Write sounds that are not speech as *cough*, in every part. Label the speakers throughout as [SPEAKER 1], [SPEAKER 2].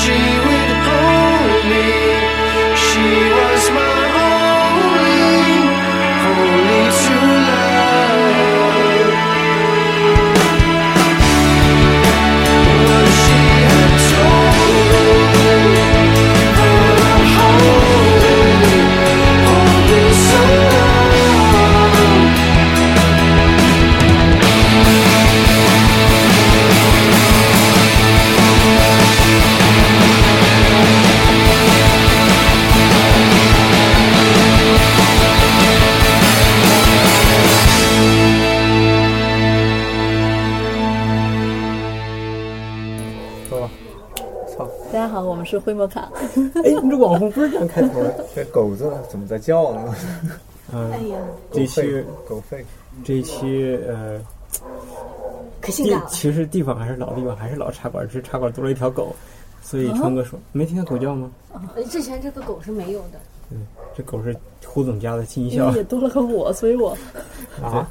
[SPEAKER 1] she would hold me. She was my only, only to love. What she had told, what I holding all this along.
[SPEAKER 2] 说吧。
[SPEAKER 3] 大家好，我们是灰摩卡。
[SPEAKER 2] 哎，你这网红不是这样开头的。
[SPEAKER 4] 这狗子怎么在叫呢？
[SPEAKER 3] 哎
[SPEAKER 2] 嗯，
[SPEAKER 3] 呀，
[SPEAKER 2] 这一期
[SPEAKER 4] 狗吠，
[SPEAKER 2] 这一期呃，
[SPEAKER 3] 可性
[SPEAKER 2] 地
[SPEAKER 3] 感了。
[SPEAKER 2] 其实地方还是老地方，还是老茶馆，只是茶馆多了一条狗。所以川哥说，没听见狗叫吗？
[SPEAKER 5] 呃之前这个狗是没有的，
[SPEAKER 2] 这狗是胡总家的金
[SPEAKER 3] 因为
[SPEAKER 2] 笑
[SPEAKER 3] 也多了个我，所以我
[SPEAKER 2] 啊。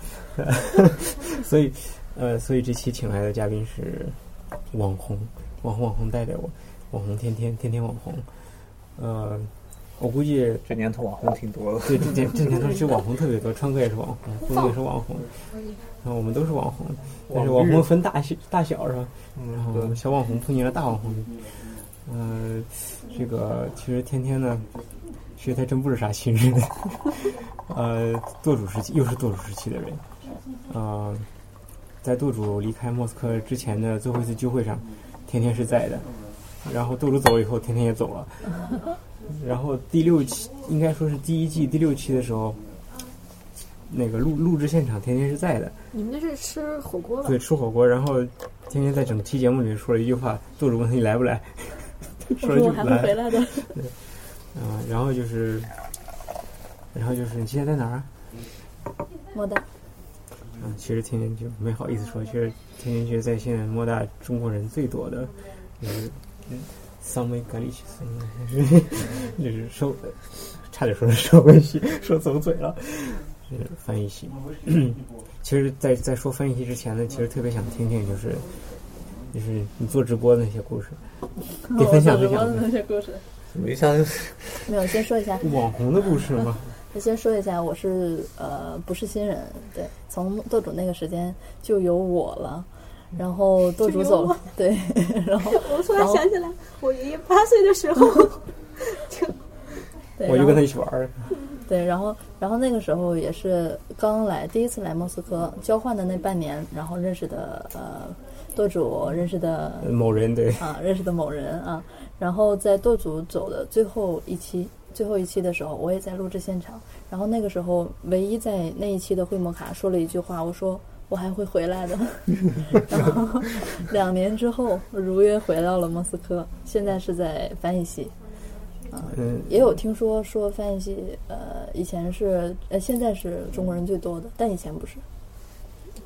[SPEAKER 2] 所以呃，所以这期请来的嘉宾是网红，网红网红带带我，网红天天天天网红。呃，我估计
[SPEAKER 4] 这年头网红挺多的。
[SPEAKER 2] 对，这年这年头其实网红特别多，川哥也是网红，胡总也是网红，然后我们都是网红，但是网红分大小大小是吧？然后
[SPEAKER 4] 嗯，
[SPEAKER 2] 小网红碰见了大网红，嗯、这个其实天天呢，其实他真不是啥新人， *laughs* 呃，舵主时期又是舵主时期的人，呃，在舵主离开莫斯科之前的最后一次聚会上，天天是在的，然后舵主走了以后，天天也走了，然后第六期应该说是第一季第六期的时候。那个录录制现场，天天是在的，
[SPEAKER 5] 你们那是吃火锅吧？
[SPEAKER 2] 对，吃火锅，然后天天在整期节目里说了一句话，舵主问他你来不
[SPEAKER 3] *laughs*
[SPEAKER 2] 来，
[SPEAKER 3] 我
[SPEAKER 2] *laughs* 说了
[SPEAKER 3] 说
[SPEAKER 2] 就
[SPEAKER 3] 我
[SPEAKER 2] 不
[SPEAKER 3] 还会回
[SPEAKER 2] 来，
[SPEAKER 3] 来
[SPEAKER 2] *laughs*
[SPEAKER 3] 的。
[SPEAKER 2] 嗯、然后就是，然后就是你现在在哪儿啊？
[SPEAKER 3] 么哒，
[SPEAKER 2] 嗯，其实天天就没好意思说，其实天天其实在现在莫大中国人最多的，就是嗯桑梅格里奇斯，应该是 *laughs* 就是收，差点说成收回系，说走嘴了，是翻译系。其实在，在说翻译系之前呢，其实特别想听听就是就是你做直播的那些故事，给
[SPEAKER 3] 我
[SPEAKER 2] 分享
[SPEAKER 3] 做直
[SPEAKER 2] 分
[SPEAKER 3] 播
[SPEAKER 2] 享
[SPEAKER 3] 的那些故事。
[SPEAKER 4] 怎么一下就
[SPEAKER 3] 没有，先说一下，
[SPEAKER 2] 网红的故事嘛。
[SPEAKER 3] 我先说一下，我是呃不是新人，对，从舵主那个时间就有我了。然后舵主走了，对，然后
[SPEAKER 5] 我突
[SPEAKER 3] 然后
[SPEAKER 5] 起来，我爷爷八岁的时候，
[SPEAKER 3] *laughs*
[SPEAKER 5] *laughs*
[SPEAKER 3] 对，
[SPEAKER 2] 我就
[SPEAKER 3] 然
[SPEAKER 2] 跟
[SPEAKER 3] 后
[SPEAKER 2] 他一起玩儿，
[SPEAKER 3] 对，然后然后那个时候也是刚来，第一次来莫斯科交换的那半年，然后认识的呃舵主，认识的
[SPEAKER 2] 某人对，
[SPEAKER 3] 啊认识的某人啊，然后在舵主走的最后一期。最后一期的时候，我也在录制现场。然后那个时候，唯一在那一期的会摩卡说了一句话，我说我还会回来的。然后两年之后，如约回到了莫斯科，现在是在翻译系。啊
[SPEAKER 2] 嗯，
[SPEAKER 3] 也有听说说翻译系，呃，以前是呃，现在是中国人最多的，但以前不是，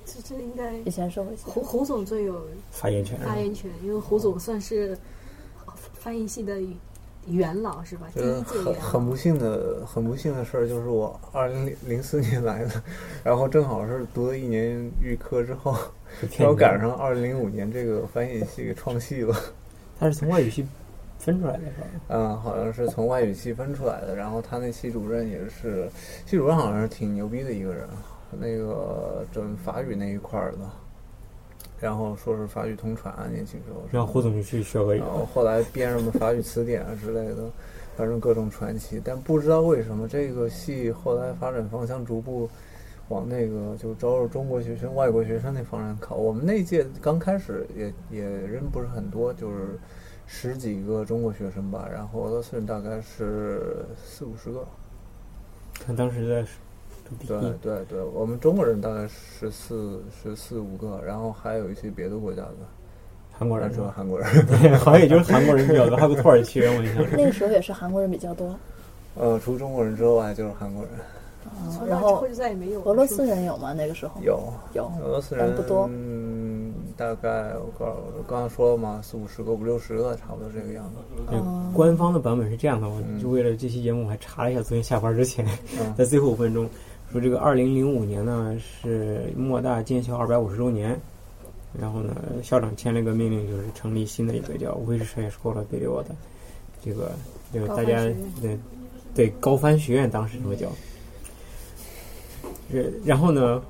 [SPEAKER 5] 这这应该
[SPEAKER 3] 以前社会系
[SPEAKER 5] *laughs* 胡胡总最有
[SPEAKER 2] 发言权是吧
[SPEAKER 5] 发言权，因为胡总算是呃翻译系的元老是吧？第
[SPEAKER 4] 就是
[SPEAKER 5] 一届元
[SPEAKER 4] 很
[SPEAKER 5] 老。
[SPEAKER 4] 呃很不幸的，很不幸的事儿，就是我二零零四年来的， *laughs* 然后正好是读了一年预科之后，
[SPEAKER 2] 就骗
[SPEAKER 4] 正好
[SPEAKER 2] 你
[SPEAKER 4] 赶上二零零五年这个翻译系给创系了。 *laughs*
[SPEAKER 2] 他是从外语系分出来的是吧？
[SPEAKER 4] 嗯，好像是从外语系分出来的。然后他那系主任也是，系主任好像是挺牛逼的一个人，那个整法语那一块儿的。然后说是法语通传，啊年轻时候是。
[SPEAKER 2] 然后胡总就去学俄语
[SPEAKER 4] 然，后后来编什么法语词典啊之类的，反正各种传奇。但不知道为什么这个系后来发展方向逐步往那个就招收中国学生、外国学生那方向靠。我们那一届刚开始也也人不是很多，就是十几个中国学生吧，然后俄罗斯人大概是四五十个。
[SPEAKER 2] 他当时在第
[SPEAKER 4] 对
[SPEAKER 2] 一，
[SPEAKER 4] 对对，我们中国人大概十四十四五个，然后还有一些别的国家的，
[SPEAKER 2] 韩国
[SPEAKER 4] 或者
[SPEAKER 2] 人是
[SPEAKER 4] 说
[SPEAKER 2] 吧？
[SPEAKER 4] 韩国人。
[SPEAKER 2] 对， *laughs* 好像也就是韩国人比较多，还有个土耳其人，我印象中。
[SPEAKER 3] 那个时候也是韩国人比较多，
[SPEAKER 4] 呃，除中国人之外就是韩国人。
[SPEAKER 3] 啊
[SPEAKER 5] 从那
[SPEAKER 3] 然
[SPEAKER 5] 之
[SPEAKER 3] 后
[SPEAKER 5] 后就再也没有了
[SPEAKER 3] 俄罗斯人有吗？那个时候
[SPEAKER 4] 有
[SPEAKER 3] 有
[SPEAKER 4] 俄罗斯
[SPEAKER 3] 但
[SPEAKER 4] 人
[SPEAKER 3] 不多
[SPEAKER 4] 嗯，大概我告我刚刚说了嘛，四五十个、五六十个，差不多这个样子。
[SPEAKER 2] 对官方的版本是这样的，我就为了这期节目我还查了一下，昨天下班之前，*laughs*
[SPEAKER 4] 嗯
[SPEAKER 2] 在最后五分钟说这个二零零五年呢是莫大建校二百五十周年，然后呢，校长签了个命令，就是成立新的一个叫“维持 s c h o l a b i l o 的这个，就是大家
[SPEAKER 5] 高帆学院
[SPEAKER 2] 对对高帆学院当时这么叫。呃然后呢，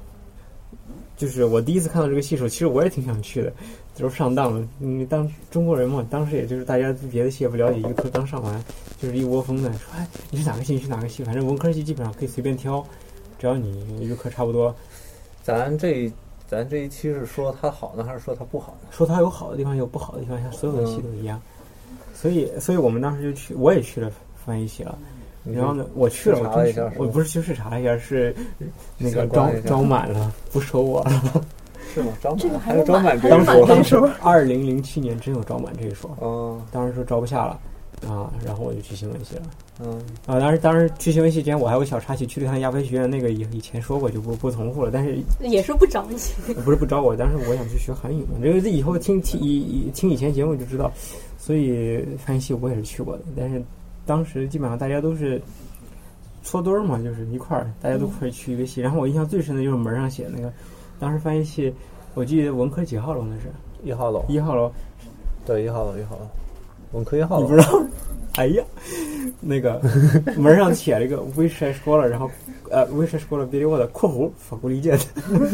[SPEAKER 2] 就是我第一次看到这个系时候，其实我也挺想去的，就是上当了。你当中国人嘛，当时也就是大家对别的系也不了解，一科刚上完，就是一窝蜂的说：“哎，你是哪个系？你是哪个系？反正文科系基本上可以随便挑，只要你预科差不多。”
[SPEAKER 4] 咱这一咱这一期是说它好呢，还是说它不好呢？
[SPEAKER 2] 说它有好的地方，有不好的地方，像所有的系
[SPEAKER 4] 嗯
[SPEAKER 2] 都一样。所以，所以我们当时就去，我也去了翻译系了。然后呢，我去了，
[SPEAKER 4] 视察
[SPEAKER 2] 我
[SPEAKER 4] 了一
[SPEAKER 2] 真
[SPEAKER 4] 下
[SPEAKER 2] 是
[SPEAKER 4] 是吧
[SPEAKER 2] 我不是去视察一下，是那个
[SPEAKER 4] 想
[SPEAKER 2] 招
[SPEAKER 4] 逛一下
[SPEAKER 2] 招满了，不收我了。
[SPEAKER 4] 是吗？张
[SPEAKER 5] 这个
[SPEAKER 4] 满
[SPEAKER 5] 还
[SPEAKER 4] 还有
[SPEAKER 5] 有
[SPEAKER 4] 张满
[SPEAKER 5] 还
[SPEAKER 4] 这
[SPEAKER 5] 有
[SPEAKER 4] 一
[SPEAKER 5] 满
[SPEAKER 4] 说
[SPEAKER 5] 分数，
[SPEAKER 2] *laughs* 二零零七年真有招满这一说，
[SPEAKER 4] 嗯
[SPEAKER 2] 当时说招不下了啊，然后我就去新闻系了
[SPEAKER 4] 嗯，
[SPEAKER 2] 啊。当时当时去新闻系之前，我还有个小插曲，去了趟亚非学院，那个以以前说过就不不重复了，但是
[SPEAKER 5] 也是不长进。
[SPEAKER 2] 不是不找我，但是我想去学韩语嘛，这个以后听听以以听以前节目就知道，所以翻译系我也是去过的，但是当时基本上大家都是搓堆儿嘛，就是一块儿，大家都会去一个系。然后我印象最深的就是门上写那个，当时翻译系，我记得文科几号楼那是
[SPEAKER 4] 一号楼，
[SPEAKER 2] 一号楼，
[SPEAKER 4] 对，一号楼，一号楼，文科一号
[SPEAKER 2] 你
[SPEAKER 4] 楼
[SPEAKER 2] 不。知道？哎呀，那个门上写了一个 “wish I s c h o l a 然后呃 “wish I s c h o l a b i l i 的括弧法国利剑。 *laughs*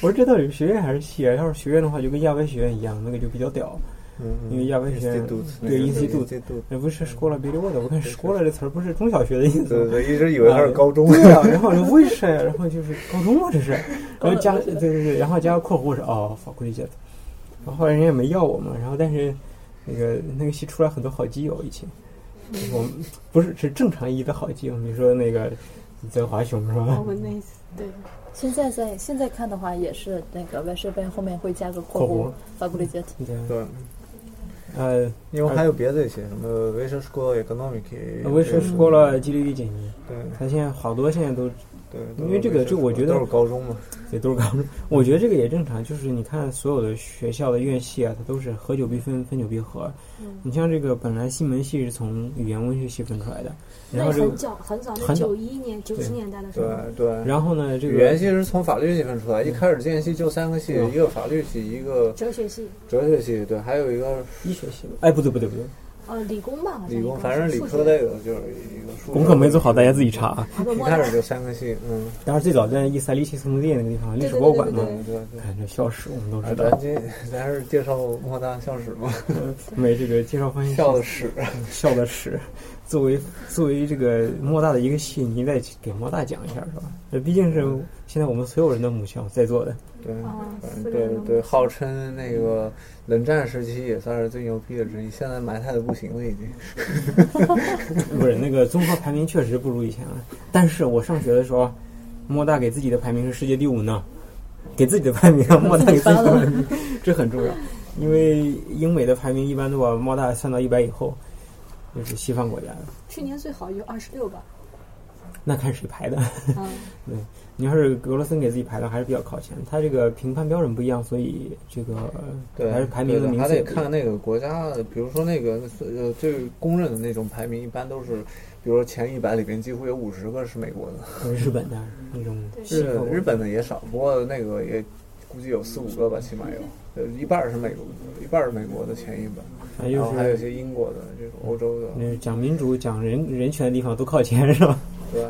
[SPEAKER 2] 我说这到底是学院还是系啊？要是学院的话，就跟亚非学院一样，那个就比较屌。
[SPEAKER 4] 嗯，
[SPEAKER 2] 因为亚非学院
[SPEAKER 4] Institute，那
[SPEAKER 2] 对
[SPEAKER 4] 个
[SPEAKER 2] institute
[SPEAKER 4] Institute
[SPEAKER 2] 那 “wish I s c h o l a b i l i 的，我看 s c h o l a 这词儿不是中小学的意思
[SPEAKER 4] 对
[SPEAKER 2] 吗
[SPEAKER 4] 对？对，一直以为它是高中。
[SPEAKER 2] 对啊，然后我就 wish，I，然后就是高中啊，这 *laughs* 是，然后加对对对，然后加个括弧我是哦，法国理解的，然后后来人家也没要我嘛，然后但是那个那个戏出来很多好基友以前，我们不是是正常意义的好基友，比如说那个泽华雄是吧
[SPEAKER 5] 我？们那次对
[SPEAKER 3] 现在在现在看的话，也是那个 v e g e t a b l 后面会加个括
[SPEAKER 2] 括
[SPEAKER 3] 弧 v e g e t a
[SPEAKER 2] 对，
[SPEAKER 4] *laughs* 对，
[SPEAKER 2] 呃，
[SPEAKER 4] 因为还有别的一些什么 v i s h s c h o l Economic，
[SPEAKER 2] 我也说过
[SPEAKER 4] 啊
[SPEAKER 2] 了激励与减年，
[SPEAKER 4] 对
[SPEAKER 2] 他现在好多现在都
[SPEAKER 4] 对，
[SPEAKER 2] 因为这个
[SPEAKER 4] 都是
[SPEAKER 2] 这我觉得
[SPEAKER 4] 都是高中嘛，
[SPEAKER 2] 也都是高中。 *laughs* 我觉得这个也正常，就是你看所有的学校的院系啊，它都是合久必分，分久必合。
[SPEAKER 5] 嗯
[SPEAKER 2] 你像这个本来西门系是从语言文学系分出来的，然
[SPEAKER 5] 那
[SPEAKER 2] 后
[SPEAKER 5] 也
[SPEAKER 2] 这
[SPEAKER 5] 很
[SPEAKER 2] 个，
[SPEAKER 5] 早很早，那
[SPEAKER 2] 很早
[SPEAKER 5] 九一年九十年代的时
[SPEAKER 4] 对
[SPEAKER 5] 候，
[SPEAKER 4] 对。
[SPEAKER 2] 然后呢，这
[SPEAKER 4] 语言
[SPEAKER 2] 个
[SPEAKER 4] 系是从法律系分出来，一开始建系就三个系，
[SPEAKER 2] 嗯
[SPEAKER 4] 一个法律系，一个
[SPEAKER 5] 哲学系
[SPEAKER 4] 哲学系，对，还有一个
[SPEAKER 2] 医学系吧，哎，不对不对不对，
[SPEAKER 5] 呃理工吧，好像
[SPEAKER 4] 理工，
[SPEAKER 5] 应该
[SPEAKER 4] 反
[SPEAKER 5] 是
[SPEAKER 4] 正理
[SPEAKER 5] 数学
[SPEAKER 4] 科类的就是一个数。
[SPEAKER 2] 功课没做好，大家自己查啊。
[SPEAKER 5] 啊不
[SPEAKER 4] 一
[SPEAKER 5] 莫
[SPEAKER 4] 开
[SPEAKER 5] 大
[SPEAKER 4] 始就三个系，嗯，
[SPEAKER 2] 当时最早在伊塞利奇苏姆蒂那个地方，历
[SPEAKER 5] 对
[SPEAKER 2] 史博物馆嘛
[SPEAKER 5] 对，
[SPEAKER 4] 对对对。
[SPEAKER 2] 哎，这校史我们都
[SPEAKER 4] 啊
[SPEAKER 2] 知
[SPEAKER 4] 咱
[SPEAKER 2] 道，
[SPEAKER 4] 今咱是介绍莫大校史吗？
[SPEAKER 2] 没这个介绍方向
[SPEAKER 4] 校的史，
[SPEAKER 2] 校的史，作为作为这个莫大的一个系，你得给莫大讲一下是吧？这毕竟是现在我们所有人的母校在座的，
[SPEAKER 4] 对，
[SPEAKER 5] 啊
[SPEAKER 4] 反，正
[SPEAKER 5] 四
[SPEAKER 4] 嗯对
[SPEAKER 5] 零
[SPEAKER 4] 对，号称那个冷战时期也算是最牛逼的之一，现在埋汰的不行了已经。
[SPEAKER 2] 不是那个综合排名确实不如以前了，但是我上学的时候，莫大给自己的排名是世界第五呢，给自己的排名啊，莫大给自己的排
[SPEAKER 4] *laughs*
[SPEAKER 2] 名，这很重要，因为英美的排名一般都把莫大算到一百以后，就是西方国家的，
[SPEAKER 5] 去年最好有二十
[SPEAKER 2] *laughs*
[SPEAKER 5] 六吧，
[SPEAKER 2] 那看谁排的。
[SPEAKER 5] 啊，
[SPEAKER 2] 你要是格罗森给自己排的还是比较靠前，他这个评判标准不一样，所以这个
[SPEAKER 4] 对，
[SPEAKER 2] 还是排名的
[SPEAKER 4] 对
[SPEAKER 2] 名
[SPEAKER 4] 还
[SPEAKER 2] 次
[SPEAKER 4] 得
[SPEAKER 2] 也不一样
[SPEAKER 4] 看那个国家的，比如说那个呃最公认的那种排名，一般都是，比如说前一百里边几乎有五十个是美国的，
[SPEAKER 2] 日本的那种西
[SPEAKER 4] 日
[SPEAKER 2] 方国
[SPEAKER 4] *laughs* 日本的也少，不过那个也估计有四五个吧，起码有，呃一半儿是美国的，一半儿是美国的前一本，
[SPEAKER 2] 还
[SPEAKER 4] 然
[SPEAKER 2] 有
[SPEAKER 4] 后还有一
[SPEAKER 2] 是
[SPEAKER 4] 些英国的这种欧洲的，
[SPEAKER 2] 那讲民主、讲人人权的地方都靠前是吧？
[SPEAKER 4] 对，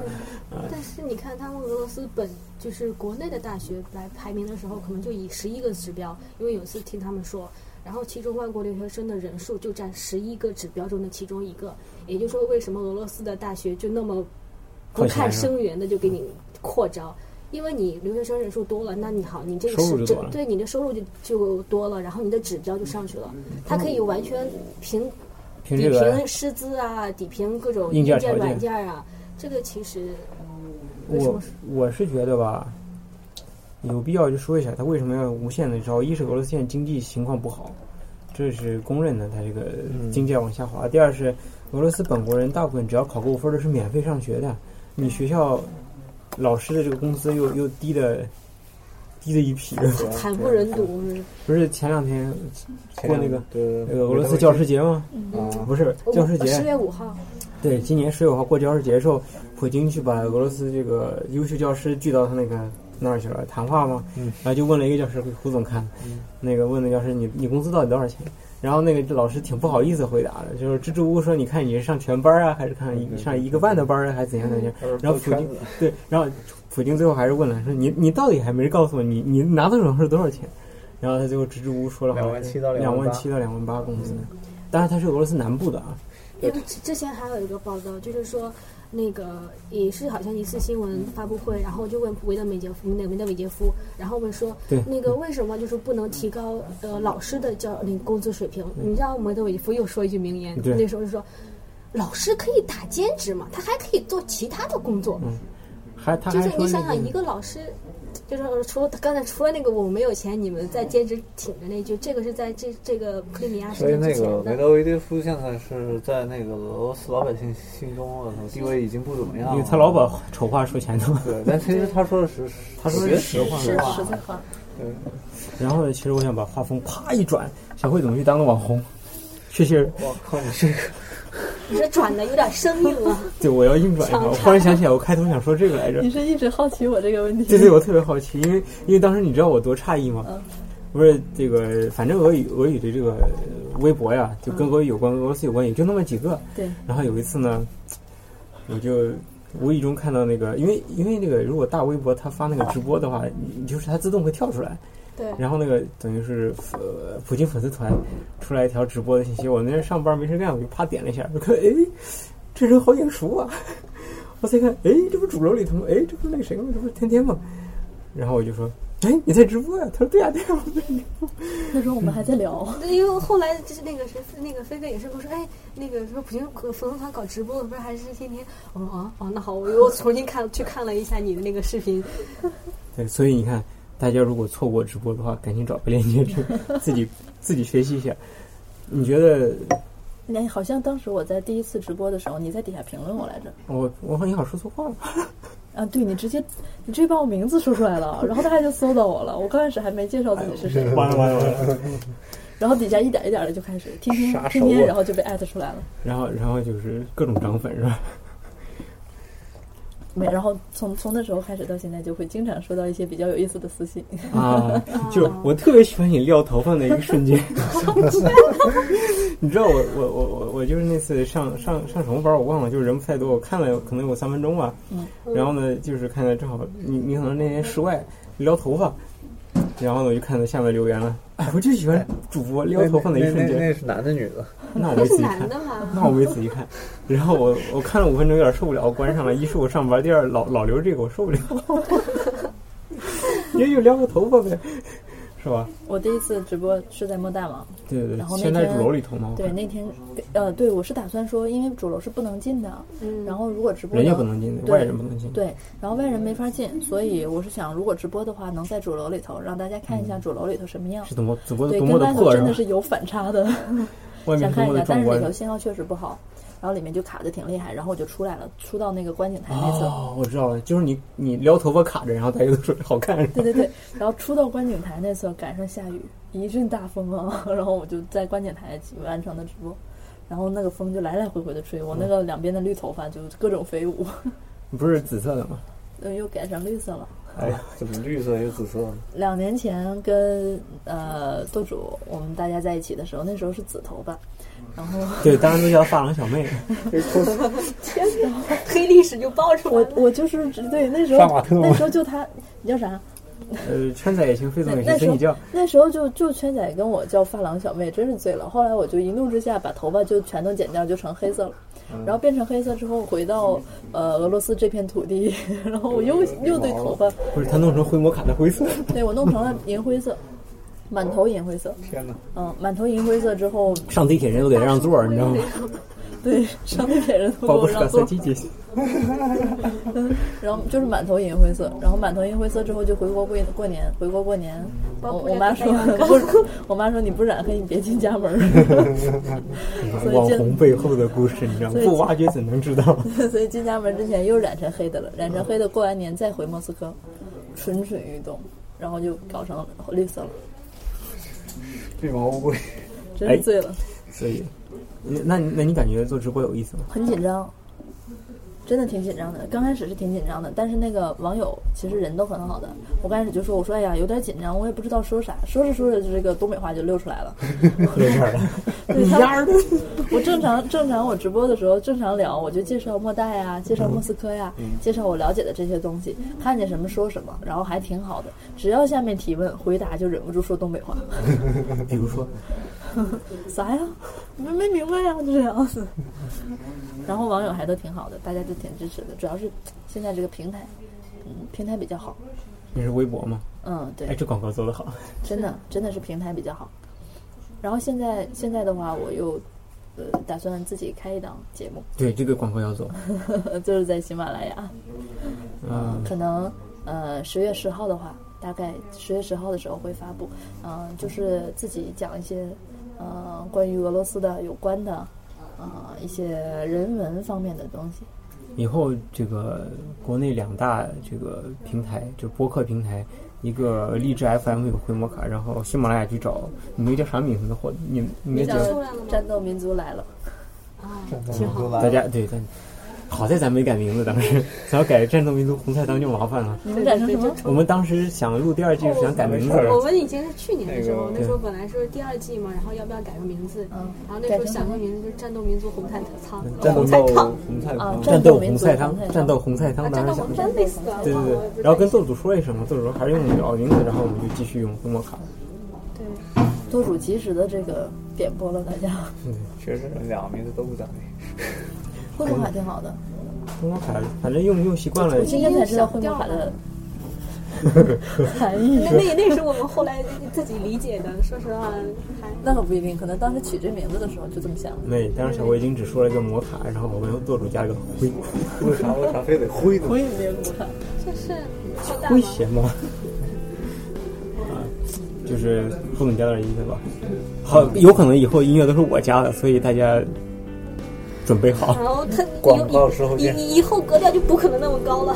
[SPEAKER 5] 但是你看，他们俄罗斯本就是国内的大学来排名的时候，可能就以十一个指标，因为有一次听他们说，然后其中外国留学生的人数就占十一个指标中的其中一个，也就是说，为什么俄罗斯的大学就那么不看生源的就给你扩招？因为你留学生人数多了，那你好，你这个
[SPEAKER 2] 收入就
[SPEAKER 5] 是这
[SPEAKER 2] 多了
[SPEAKER 5] 对你的收入就就多了，然后你的指标就上去了，它可以完全凭
[SPEAKER 2] 凭
[SPEAKER 5] 抵
[SPEAKER 2] 这个
[SPEAKER 5] 评师资啊，抵评各种
[SPEAKER 2] 硬
[SPEAKER 5] 硬
[SPEAKER 2] 件
[SPEAKER 5] 件
[SPEAKER 2] 条件
[SPEAKER 5] 软件啊，这个其实为什
[SPEAKER 2] 我
[SPEAKER 5] 么是
[SPEAKER 2] 我是觉得吧，有必要就说一下他为什么要无限的招。一是俄罗斯现在经济情况不好，这是公认的，他这个
[SPEAKER 5] 嗯
[SPEAKER 2] 经济要往下滑。第二是俄罗斯本国人大部分只要考够分儿的是免费上学的，你学校老师的这个工资又又低的低的一批。
[SPEAKER 5] *laughs* 惨不忍睹。
[SPEAKER 2] 不是前两天
[SPEAKER 4] 前
[SPEAKER 2] 过那个
[SPEAKER 4] 对
[SPEAKER 2] 那个俄罗斯教师节吗？
[SPEAKER 4] 啊，
[SPEAKER 2] 不是教师节，
[SPEAKER 5] 嗯十月五号，
[SPEAKER 2] 对，今年十九号过教师节的时候，普京去把俄罗斯这个优秀教师聚到他那个那儿去了谈话嘛，
[SPEAKER 4] 嗯
[SPEAKER 2] 然后就问了一个教师给胡总看，
[SPEAKER 4] 嗯
[SPEAKER 2] 那个问的教师你你工资到底多少钱？然后那个老师挺不好意思回答的，就是支支吾吾说你看你是上全班啊，还是看一上一个半的班啊，还是怎样怎样？然后普京对，然后普京最后还是问了说你你到底还没告诉我你你拿的手上是多少钱？然后他最后支支吾吾说了好像是
[SPEAKER 4] 27,000到
[SPEAKER 2] 两万七到两万八嗯工资，当然他是俄罗斯南部的啊，
[SPEAKER 5] 因为之之前还有一个报道，就是说那个也是好像一次新闻发布会，然后就问维德美杰夫，那个维德美杰夫，然后问说
[SPEAKER 2] 对，
[SPEAKER 5] 那个为什么就是不能提高呃老师的教那个工资水平？你知道维德美杰夫又说一句名言，
[SPEAKER 2] 嗯对
[SPEAKER 5] 那时候就说。老师可以打兼职嘛，他还可以做其他的工
[SPEAKER 2] 嗯
[SPEAKER 5] 作。
[SPEAKER 2] 还他
[SPEAKER 5] 就
[SPEAKER 2] 还
[SPEAKER 5] 是
[SPEAKER 2] 说
[SPEAKER 5] 你想
[SPEAKER 2] 那
[SPEAKER 5] 想，一个老师，就是除了刚才除了那个我没有钱，你们在兼职挺着那句，这个是在这这个克里米亚事
[SPEAKER 4] 所以
[SPEAKER 5] 件
[SPEAKER 4] 那
[SPEAKER 5] 之
[SPEAKER 4] 个
[SPEAKER 5] 前
[SPEAKER 4] 维
[SPEAKER 5] 的。
[SPEAKER 4] 德维列夫现在是在那个俄罗斯老百姓心中的地位已经不怎么样了，
[SPEAKER 2] 因为他老把丑话说前头。 *laughs*
[SPEAKER 4] 对，但其实他说的是他说的是实话，
[SPEAKER 3] 是实在话。
[SPEAKER 4] 对，
[SPEAKER 2] 然后呢，其实我想把画风啪一转，小慧总去当个网红。谢谢，
[SPEAKER 4] 我靠，你这个
[SPEAKER 5] 你这转的有点生硬啊。
[SPEAKER 2] 对我要硬转一下。我忽然想起来，我开头想说这个来着
[SPEAKER 3] 你。是一直好奇我这个问题？
[SPEAKER 2] 对对，我特别好奇，因为因为当时你知道我多诧异吗？
[SPEAKER 3] 嗯
[SPEAKER 2] 不是这个，反正俄语俄语的这个呃微博呀，就跟俄语有关、俄罗斯有关，也就那么几个。
[SPEAKER 3] 嗯对
[SPEAKER 2] 然后有一次呢，我就无意中看到那个，因为因为那个如果大微博它发那个直播的话，你就是它自动会跳出来。
[SPEAKER 5] 对，
[SPEAKER 2] 然后那个等于是呃普京粉丝团出来一条直播的信息，我那天上班没事干，我就啪点了一下，我看哎，这人好眼熟啊！ *laughs* 我再看哎，这不主楼里头吗？哎，这不是那个谁吗？这不是天天吗？然后我就说哎，你在直播呀、他说对呀、啊对呀、我在直播
[SPEAKER 3] 他说我们还在聊，
[SPEAKER 5] 对，因为后来就是那个谁，那个菲菲也是跟我说，哎，那个说普京粉丝团搞直播，不是还是天天，我说啊啊，那好，我又重新看去看了一下你的那个视频，
[SPEAKER 2] 对，所以你看，大家如果错过直播的话，赶紧找个链接去 *laughs* 自己自己学习一下。你觉得
[SPEAKER 3] *laughs* 那好像当时我在第一次直播的时候，你在底下评论我来着。
[SPEAKER 2] 我我好像好说错话了？
[SPEAKER 3] 啊，对你直接，你直接把我名字说出来了，然后大家就搜到我了。我刚开始还没介绍自己是谁，
[SPEAKER 2] 完了完了完了！
[SPEAKER 3] 然后底下一点一点的就开始天天
[SPEAKER 4] 杀手
[SPEAKER 3] 天天，
[SPEAKER 4] 啊
[SPEAKER 3] 然后就被艾特出来了。
[SPEAKER 2] 然后然后就是各种涨粉是吧？
[SPEAKER 3] 没，然后从从那时候开始到现在，就会经常收到一些比较有意思的私信。
[SPEAKER 2] 啊，就
[SPEAKER 5] 嗯
[SPEAKER 2] 我特别喜欢你撩头发那一瞬间， *laughs* 你知道我我我我我就是那次上上上什么班我忘了，就是人不太多，我看了可能有三分钟吧，
[SPEAKER 3] 嗯
[SPEAKER 2] 然后呢就是看到正好你你可能那天室外撩头发，然后呢我就看到下面留言了，哎，我就喜欢主播撩头发那一瞬
[SPEAKER 4] 那
[SPEAKER 2] 间，
[SPEAKER 4] 那是男的女的，
[SPEAKER 2] 那我
[SPEAKER 5] 那
[SPEAKER 2] 没
[SPEAKER 5] 是
[SPEAKER 2] 仔细看
[SPEAKER 5] 男。的嘛，
[SPEAKER 2] 那我没仔细看，然后我我看了五分钟，有点受不了，我关上了。一是我上班，第二老老留这个我受不了， *laughs* 也就撩个头发呗，是吧？
[SPEAKER 3] 我第一次直播是在莫大网，
[SPEAKER 2] 对对对
[SPEAKER 3] 然，后那
[SPEAKER 2] 现在
[SPEAKER 3] 天
[SPEAKER 2] 主楼里头嘛，
[SPEAKER 3] 对，那天，呃，对我是打算说，因为主楼是不能进的，
[SPEAKER 5] 嗯，
[SPEAKER 3] 然后如果直播
[SPEAKER 2] 人家
[SPEAKER 3] 能
[SPEAKER 2] 不能进，
[SPEAKER 3] 对
[SPEAKER 2] 外人不能进。
[SPEAKER 3] 对，然后外人没法进，所以我是想，如果直播的话，能在主楼里头让大家看一下主楼里头什么样
[SPEAKER 2] 嗯是。怎么怎么
[SPEAKER 3] 对，
[SPEAKER 2] 多
[SPEAKER 3] 跟
[SPEAKER 2] 么的
[SPEAKER 3] 外头
[SPEAKER 2] 破
[SPEAKER 3] 真的
[SPEAKER 2] 是吧？
[SPEAKER 3] 是有反差的，
[SPEAKER 2] 外面
[SPEAKER 3] 想
[SPEAKER 2] 是多么
[SPEAKER 3] 看一
[SPEAKER 2] 的
[SPEAKER 3] 下，但
[SPEAKER 2] 壮
[SPEAKER 3] 是里
[SPEAKER 2] 观啊
[SPEAKER 3] 头。信号确实不好，然后里面就卡的挺厉害，然后我就出来了，出到那个观景台那侧。
[SPEAKER 2] 哦，我知道了，就是你你撩头发卡着，然后大家都说好看。
[SPEAKER 3] 对对对，然后出到观景台那侧赶上下雨，一阵大风啊， *laughs* 然后我就在观景台完成的直播，然后那个风就来来回回的吹，我那
[SPEAKER 2] 嗯
[SPEAKER 3] 个两边的绿头发就各种飞舞，
[SPEAKER 2] 不是紫色的吗？
[SPEAKER 3] 呃又改成绿色了。
[SPEAKER 4] 哎，怎么绿色有紫色呢？
[SPEAKER 3] 两年前跟呃豆主我们大家在一起的时候，那时候是紫头发，然后
[SPEAKER 2] 对，当然都叫发廊小妹。
[SPEAKER 5] 黑历史就爆出来
[SPEAKER 3] 我
[SPEAKER 5] 了。
[SPEAKER 3] 我就是只对那时
[SPEAKER 4] 杀马
[SPEAKER 3] 候
[SPEAKER 4] 特吗
[SPEAKER 3] 那时候就他你叫啥？
[SPEAKER 2] 呃，圈仔也行，飞总也行，
[SPEAKER 3] 那那时
[SPEAKER 2] 跟
[SPEAKER 3] 候
[SPEAKER 2] 你叫。
[SPEAKER 3] 那时候就就圈仔跟我叫发廊小妹，真是醉了。后来我就一怒之下把头发就全都剪掉，就成黑色了。
[SPEAKER 4] 嗯
[SPEAKER 3] 然后变成黑色之后，回到呃俄罗斯这片土地，然后我又
[SPEAKER 4] 嗯
[SPEAKER 3] 又对头发，
[SPEAKER 2] 不是，他弄成灰摩卡的灰色。
[SPEAKER 3] *laughs* 对我弄成了银灰色，满头银灰色，
[SPEAKER 4] 天哪！
[SPEAKER 3] 嗯，满头银灰色之后，
[SPEAKER 2] 上地铁人都得让座儿，你知道吗？
[SPEAKER 3] 对上地铁人都给
[SPEAKER 2] 包
[SPEAKER 3] 我
[SPEAKER 2] 括是
[SPEAKER 3] 让
[SPEAKER 2] 卡塞
[SPEAKER 3] 座，
[SPEAKER 2] 基姐姐。
[SPEAKER 3] 然后就是满头银灰色，然后满头银灰色之后就回国过过年，回国过年，我我妈说不，我妈说你不染黑你别进家
[SPEAKER 2] *laughs*
[SPEAKER 3] 门儿，所
[SPEAKER 2] *laughs*
[SPEAKER 3] 以
[SPEAKER 2] 网
[SPEAKER 3] 进
[SPEAKER 2] 红背后的故事，你知道吗？
[SPEAKER 3] 所以
[SPEAKER 2] 不挖掘怎能知道？
[SPEAKER 3] 所以进家门之前又染成黑的了，染成黑的过完年再回莫斯科，蠢蠢欲动，然后就搞成绿色了，
[SPEAKER 4] 绿毛乌龟，
[SPEAKER 3] 真是醉了，
[SPEAKER 2] *laughs* 所以，那那那你感觉做直播有意思吗？
[SPEAKER 3] 很紧张。真的挺紧张的。刚开始是挺紧张的，但是那个网友其实人都很好的。我刚开始就说，我说哎呀，有点紧张，我也不知道说啥，说着说着这个东北话就溜出来
[SPEAKER 2] *laughs*
[SPEAKER 3] 了。
[SPEAKER 2] 露馅儿了。
[SPEAKER 3] *laughs* 对他们， *laughs* 我正常正常我直播的时候正常聊，我就介绍莫代呀、介绍莫斯科呀、
[SPEAKER 2] 嗯
[SPEAKER 3] 介绍我了解的这些东西，看见什么说什么，然后还挺好的。只要下面提问回答，就忍不住说东北
[SPEAKER 2] *laughs*
[SPEAKER 3] 话，
[SPEAKER 2] 比如哎说，
[SPEAKER 3] *laughs* 啥呀？没没明白呀、就这样子。然后网友还都挺好的，大家都挺支持的，主要是现在这个平台，嗯，平台比较好。
[SPEAKER 2] 你是微博吗？
[SPEAKER 3] 嗯，对
[SPEAKER 2] 哎，，这广告做得好。
[SPEAKER 3] 真的真的是平台比较好。然后现在现在的话，我又呃打算自己开一档节目， *laughs*
[SPEAKER 2] 对，这个广告要做。
[SPEAKER 3] 就是在喜马拉雅，
[SPEAKER 2] 嗯，
[SPEAKER 3] 可能呃十月十号的话，大概十月十号的时候会发布，嗯、就是自己讲一些呃关于俄罗斯的有关的啊、呃一些人文方面的东西。
[SPEAKER 2] 以后这个国内两大这个平台，就播客平台，一个荔枝 FM 有回魔卡，然后喜马拉雅去找你们叫啥名字的活，你们你们
[SPEAKER 5] 叫
[SPEAKER 2] 叫
[SPEAKER 5] 讲出来了吗
[SPEAKER 3] 战斗民族来了，
[SPEAKER 5] 啊，
[SPEAKER 4] 挺好
[SPEAKER 2] 大家对，但好在咱没改名字，当时 *laughs* 咱要改战斗民族红菜汤就麻烦了。
[SPEAKER 3] 你们改成什么？
[SPEAKER 2] 我们当时想录第二季是想改名字
[SPEAKER 4] 哦
[SPEAKER 5] 我
[SPEAKER 2] 的，
[SPEAKER 5] 们以前是去年的时候，
[SPEAKER 2] 那个
[SPEAKER 5] 那时候本来说第二季嘛，然后要不要改个名字？
[SPEAKER 3] 嗯
[SPEAKER 5] 然后那时候想个名字就是“战斗民族红菜汤”，
[SPEAKER 4] 战斗
[SPEAKER 5] 红菜汤，
[SPEAKER 4] 红菜
[SPEAKER 3] 啊
[SPEAKER 4] 汤，
[SPEAKER 2] 战斗
[SPEAKER 3] 民
[SPEAKER 2] 红
[SPEAKER 3] 族
[SPEAKER 2] 菜汤
[SPEAKER 3] 红菜，汤
[SPEAKER 2] 战斗红菜汤，
[SPEAKER 5] 战
[SPEAKER 2] 当
[SPEAKER 5] 斗
[SPEAKER 2] 时想
[SPEAKER 5] 红
[SPEAKER 2] 的
[SPEAKER 5] 菜类似的，
[SPEAKER 2] 对对对，然后跟豆主说一声嘛，豆主说还是用老名字，然后我们就继续用回魔卡。
[SPEAKER 5] 对，
[SPEAKER 3] 多主及时的这个点拨了大家，
[SPEAKER 4] 确实两个名字都不讲理。
[SPEAKER 3] 互动还挺好的。
[SPEAKER 2] 回魔卡反正用用习惯了，
[SPEAKER 3] 我今天才知道会魔法的 *laughs* 含义
[SPEAKER 5] 那。那那也是我们后来自己理解的。说实话，还
[SPEAKER 3] 那可不一定，可能当时取这名字的时候就这么想的。
[SPEAKER 2] 没，当时小维京只说了一个魔卡，然后我们舵主加了个灰，
[SPEAKER 4] 为啥为啥非得灰呢？
[SPEAKER 3] 我也没有魔法，
[SPEAKER 5] 就是扩大
[SPEAKER 2] 诙
[SPEAKER 5] 嘛。
[SPEAKER 2] 谐吗？啊，就是不能加点音乐吧。好，有可能以后音乐都是我加的，所以大家准备好。
[SPEAKER 5] 然后他
[SPEAKER 4] 广告时候
[SPEAKER 5] 以
[SPEAKER 4] 见
[SPEAKER 5] 以以后格调就不可能那么高了。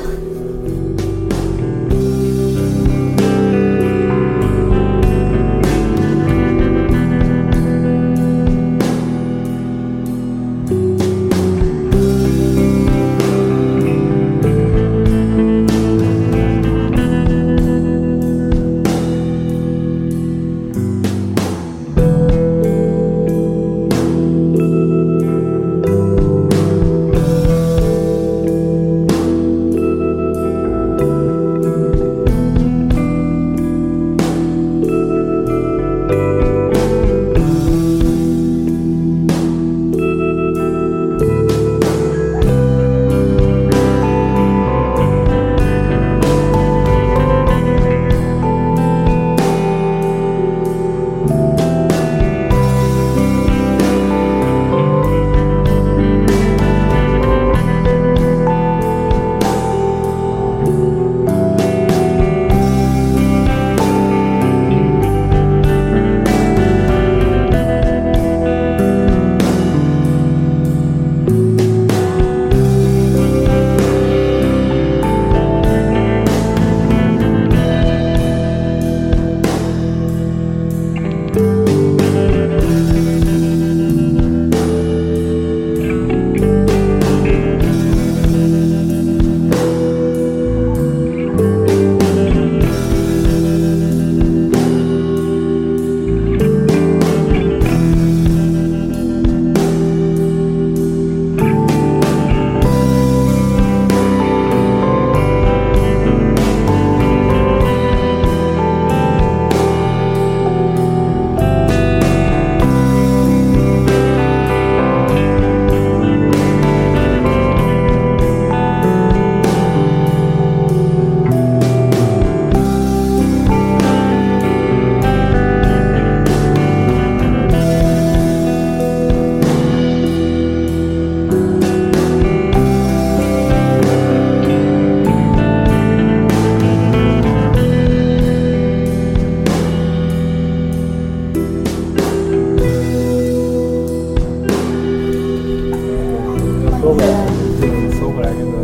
[SPEAKER 4] 说回来，
[SPEAKER 2] 对，说回来这个
[SPEAKER 3] *laughs*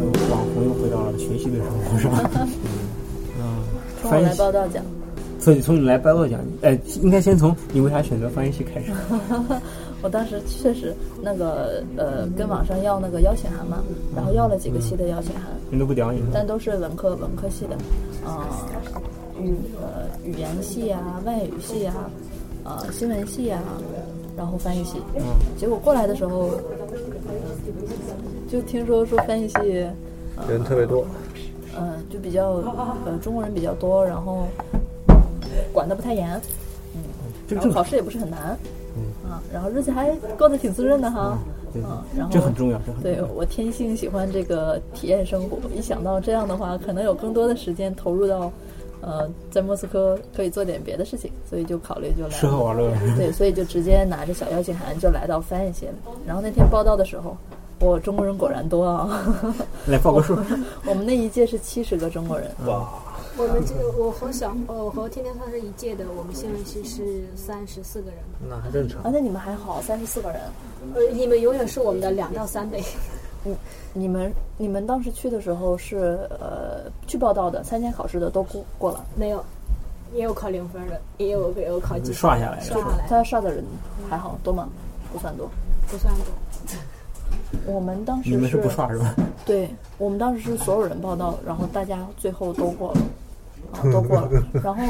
[SPEAKER 2] 呃网红又回到了学习的生活上。嗯，
[SPEAKER 3] 冲我
[SPEAKER 2] 翻
[SPEAKER 3] 来
[SPEAKER 2] 译
[SPEAKER 3] 报道奖，
[SPEAKER 2] 所以从你来白话讲，呃，应该先从你为啥选择翻译系
[SPEAKER 3] *laughs*
[SPEAKER 2] 开始。
[SPEAKER 3] 我当时确实那个呃，跟网上要那个邀请函嘛，然后要了几个系的邀请函，
[SPEAKER 2] 人都不屌你是吧？
[SPEAKER 3] 但都是文科文科系的，呃，语呃语言系啊，外语系啊，呃新闻系啊，然后翻译系。
[SPEAKER 2] 嗯
[SPEAKER 3] 结果过来的时候，就听说说翻译系，
[SPEAKER 4] 人特别多，
[SPEAKER 3] 呃，就比较呃中国人比较多，然后管得不太严，
[SPEAKER 2] 这
[SPEAKER 3] 然
[SPEAKER 2] 这
[SPEAKER 3] 后考试也不是很难，
[SPEAKER 2] 嗯
[SPEAKER 3] 啊，然后日子还过得挺滋润的哈，
[SPEAKER 2] 对
[SPEAKER 3] 嗯，然后
[SPEAKER 2] 这很重要，这很重
[SPEAKER 3] 对
[SPEAKER 2] 要。
[SPEAKER 3] 我天性喜欢这个体验生活，一想到这样的话，可能有更多的时间投入到，呃，在莫斯科可以做点别的事情，所以就考虑就来了
[SPEAKER 2] 吃喝玩乐，
[SPEAKER 3] 对，所以就直接拿着小邀请函就来到翻译系了。然后那天报道的时候，我中国人果然多啊！ *laughs*
[SPEAKER 2] 来报个数。
[SPEAKER 3] 我们那一届是七十个中国人，
[SPEAKER 2] 嗯
[SPEAKER 5] 我们这个我和小我和天天算是一届的，我们新闻系是三十四个人，
[SPEAKER 4] 那还正常
[SPEAKER 3] 啊，。那你们还好，三十四个人。
[SPEAKER 5] 呃，你们永远是我们的两到三倍。
[SPEAKER 3] 你你们你们当时去的时候是呃去报道的，参加考试的都过过了，
[SPEAKER 5] 没有，也有考零分的，也有也有考及格
[SPEAKER 2] 刷下来的
[SPEAKER 5] 刷下啊来
[SPEAKER 3] 他刷的人还好多吗？不算多。
[SPEAKER 5] 不算多。
[SPEAKER 3] 我们当时
[SPEAKER 2] 你们是不刷是吧？ *laughs*
[SPEAKER 3] 对，我们当时是所有人报道，然后大家最后都过了，啊，都过
[SPEAKER 4] *laughs*
[SPEAKER 3] 了。然后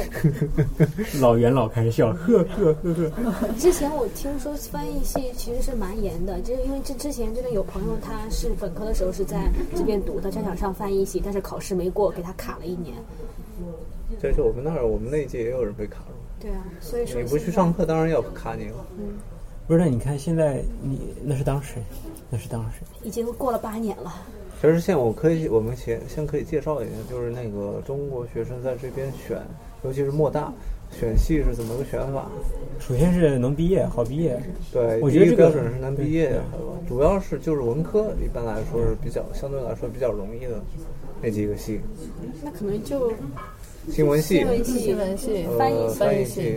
[SPEAKER 2] 老元老开始笑，呵呵呵呵。
[SPEAKER 5] 之前我听说翻译系其实是蛮严的，就是因为这之前真的有朋友他是本科的时候是在这边读的，他想上翻译系，但是考试没过，给他卡了一年。
[SPEAKER 4] 这是我们那儿，我们那一届也有人被卡住。
[SPEAKER 5] 对啊，所以说
[SPEAKER 4] 你不去上课，当然要卡你了。
[SPEAKER 2] 不是，那你看现在你那是当时，那是当时。
[SPEAKER 5] 已经过了八年了，
[SPEAKER 4] 其实现在我可以，我们先先可以介绍一下，就是那个中国学生在这边选，尤其是莫大选系是怎么个选法？
[SPEAKER 2] 首先是能毕业，好毕业。
[SPEAKER 4] 对，
[SPEAKER 2] 我觉得
[SPEAKER 4] 第一
[SPEAKER 2] 这个
[SPEAKER 4] 标准是能毕业，主要是就是文科，一般来说是比较相对来说比较容易的那几个系，
[SPEAKER 5] 那可能就
[SPEAKER 4] 新闻系
[SPEAKER 5] 新、闻系
[SPEAKER 3] 新、闻
[SPEAKER 5] *laughs*
[SPEAKER 3] 系、
[SPEAKER 4] 呃
[SPEAKER 5] 翻译系哦
[SPEAKER 4] 翻
[SPEAKER 3] 翻译
[SPEAKER 4] 译
[SPEAKER 3] 系
[SPEAKER 4] 系，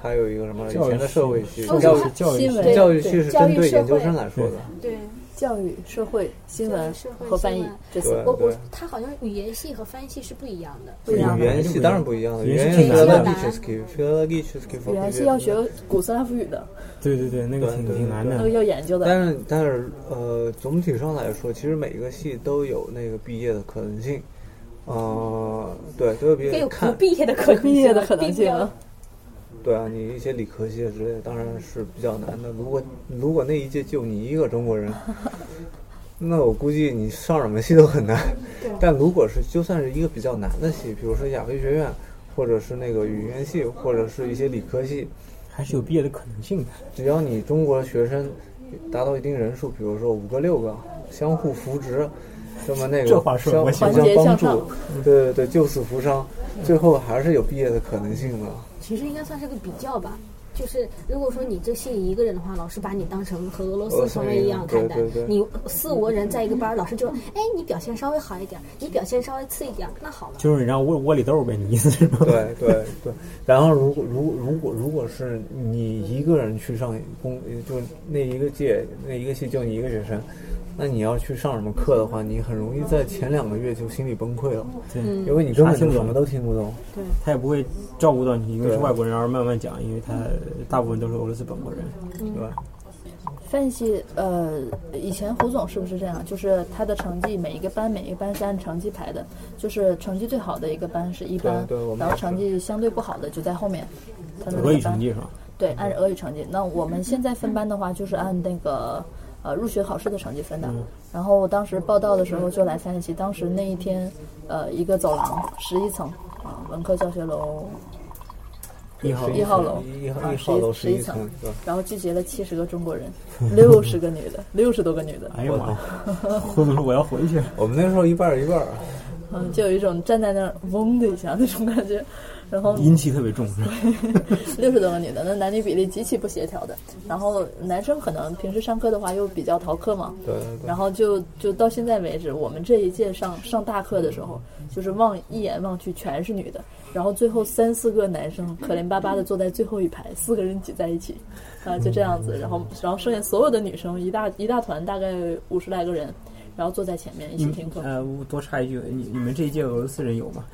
[SPEAKER 4] 还有一个什么以
[SPEAKER 2] 教育
[SPEAKER 4] 前的
[SPEAKER 2] 系
[SPEAKER 4] 社会系，
[SPEAKER 2] 教育
[SPEAKER 4] 教育
[SPEAKER 2] 系教育
[SPEAKER 3] 新
[SPEAKER 2] 系
[SPEAKER 3] 闻、
[SPEAKER 4] 教育
[SPEAKER 3] 对
[SPEAKER 4] 系是
[SPEAKER 5] 教育
[SPEAKER 4] 针对
[SPEAKER 5] 社
[SPEAKER 4] 研究
[SPEAKER 5] 会
[SPEAKER 4] 生来说的，
[SPEAKER 5] 对。
[SPEAKER 3] 教育、社会、新
[SPEAKER 5] 教
[SPEAKER 3] 闻
[SPEAKER 5] 育社会
[SPEAKER 3] 和翻
[SPEAKER 5] 新
[SPEAKER 3] 译
[SPEAKER 5] 闻
[SPEAKER 3] 这
[SPEAKER 4] 对
[SPEAKER 3] 些。
[SPEAKER 5] 我我
[SPEAKER 4] 对
[SPEAKER 5] 他好像语言系和翻译系是不一样的，
[SPEAKER 3] 不一样
[SPEAKER 4] 语
[SPEAKER 3] 的
[SPEAKER 4] 言系当然不一样了，
[SPEAKER 2] 语
[SPEAKER 4] 语言
[SPEAKER 2] 言
[SPEAKER 4] 系
[SPEAKER 2] 系
[SPEAKER 5] 挺难的
[SPEAKER 4] pedagogical pedagogical
[SPEAKER 3] 语言系要学古斯拉夫语的，
[SPEAKER 2] 对对对，那个
[SPEAKER 4] 对
[SPEAKER 2] 挺
[SPEAKER 4] 对
[SPEAKER 2] 挺难
[SPEAKER 3] 那个
[SPEAKER 2] 的。
[SPEAKER 3] 要研究的。
[SPEAKER 4] 但是但是呃，总体上来说，其实每个系都有那个毕业的可能性。呃，对，都有毕
[SPEAKER 5] 也
[SPEAKER 4] 业
[SPEAKER 5] 有不
[SPEAKER 4] 看，
[SPEAKER 5] 毕业的可能性，
[SPEAKER 3] 毕业的可能性啊
[SPEAKER 5] 并不要
[SPEAKER 4] 对啊，你一些理科系之类的，当然是比较难的。如果如果那一届就你一个中国人，那我估计你上什么系都很难。 *laughs* 但如果是就算是一个比较难的系，比如说亚非学院，或者是那个语言系，或者是一些理科系，
[SPEAKER 2] 还是有毕业的可能性的。
[SPEAKER 4] 只要你中国学生达到一定人数，比如说五个六个，相互扶植，这么那个
[SPEAKER 2] 这话说
[SPEAKER 4] 相
[SPEAKER 2] 我
[SPEAKER 4] 互
[SPEAKER 2] 喜欢
[SPEAKER 4] 相帮助，对对对，救死扶伤，最后还是有毕业的可能性的。
[SPEAKER 5] 其实应该算是个比较吧。就是如果说你这系一个人的话，老师把你当成和俄罗斯同学一样看待
[SPEAKER 4] 对对对；
[SPEAKER 5] 你四五个人在一个班儿，老师就哎你表现稍微好一点，你表现稍微次一点，那好了。
[SPEAKER 2] 就是你让窝窝里斗呗，你意思是吧？ *laughs*
[SPEAKER 4] *laughs* 对
[SPEAKER 3] *laughs*
[SPEAKER 4] 对对，然后如果如如果如果是你一个人去上公，就那一个届那一个系就你一个学生，那你要去上什么课的话，你很容易在前两个月就心理崩溃了，
[SPEAKER 2] 对，
[SPEAKER 3] 嗯
[SPEAKER 4] 因为你根本
[SPEAKER 2] 啥听不
[SPEAKER 4] 就
[SPEAKER 2] 懂
[SPEAKER 4] 什么都听不懂。
[SPEAKER 2] 他也不会照顾到你，因为是外国人，然后慢慢讲，因为他大部分都是俄罗斯本国人，
[SPEAKER 3] 嗯
[SPEAKER 2] 对吧？
[SPEAKER 3] 翻译系，呃，以前胡总是不是这样？就是他的成绩，每一个班每一个班是按成绩排的，就是成绩最好的一个班是一班
[SPEAKER 4] 对对我，们
[SPEAKER 3] 然后
[SPEAKER 4] 也是
[SPEAKER 3] 成绩相对不好的就在后面。他们那个
[SPEAKER 2] 俄语
[SPEAKER 3] 班
[SPEAKER 2] 成绩是吧？
[SPEAKER 3] 对，按
[SPEAKER 4] 嗯
[SPEAKER 3] 俄语成绩。那我们现在分班的话，就是按那个呃入学考试的成绩分的。
[SPEAKER 4] 嗯
[SPEAKER 3] 然后我当时报到的时候就来翻译系，当时那一天，呃，一个走廊十一层啊、文科教学楼，
[SPEAKER 2] 一号
[SPEAKER 3] 一号楼
[SPEAKER 4] 一号
[SPEAKER 3] 啊
[SPEAKER 4] 一号楼
[SPEAKER 3] 十
[SPEAKER 4] 十
[SPEAKER 3] 一
[SPEAKER 4] 一
[SPEAKER 3] 层
[SPEAKER 4] 层，对吧？
[SPEAKER 3] 然后聚集了七十个中
[SPEAKER 4] *laughs*
[SPEAKER 3] 国人，六十个女的，六十多个女的，
[SPEAKER 2] 哎呀妈呀！胡总说我要回去，
[SPEAKER 4] 我们那时候一半儿一半儿，
[SPEAKER 3] 嗯，就有一种站在那儿嗡的一下那种感觉。然后
[SPEAKER 4] 嗯
[SPEAKER 2] 阴气特别重，是吧？
[SPEAKER 3] 六十多个女的，那男女比例极其不协调的。然后男生可能平时上课的话又比较逃课嘛，
[SPEAKER 4] 对对对
[SPEAKER 3] 然。后就就到现在为止，我们这一届上上大课的时候，就是望一眼望去全是女的，然后最后三四个男生可怜巴巴的坐在最后一排，四个人挤在一起，啊，就这样子，然后然后剩下所有的女生一大一大团，大概五十来个人，
[SPEAKER 2] 嗯
[SPEAKER 3] 然后坐在前面一起听课。
[SPEAKER 2] 呃，我多插一句，你你们这一届俄罗斯人有吗？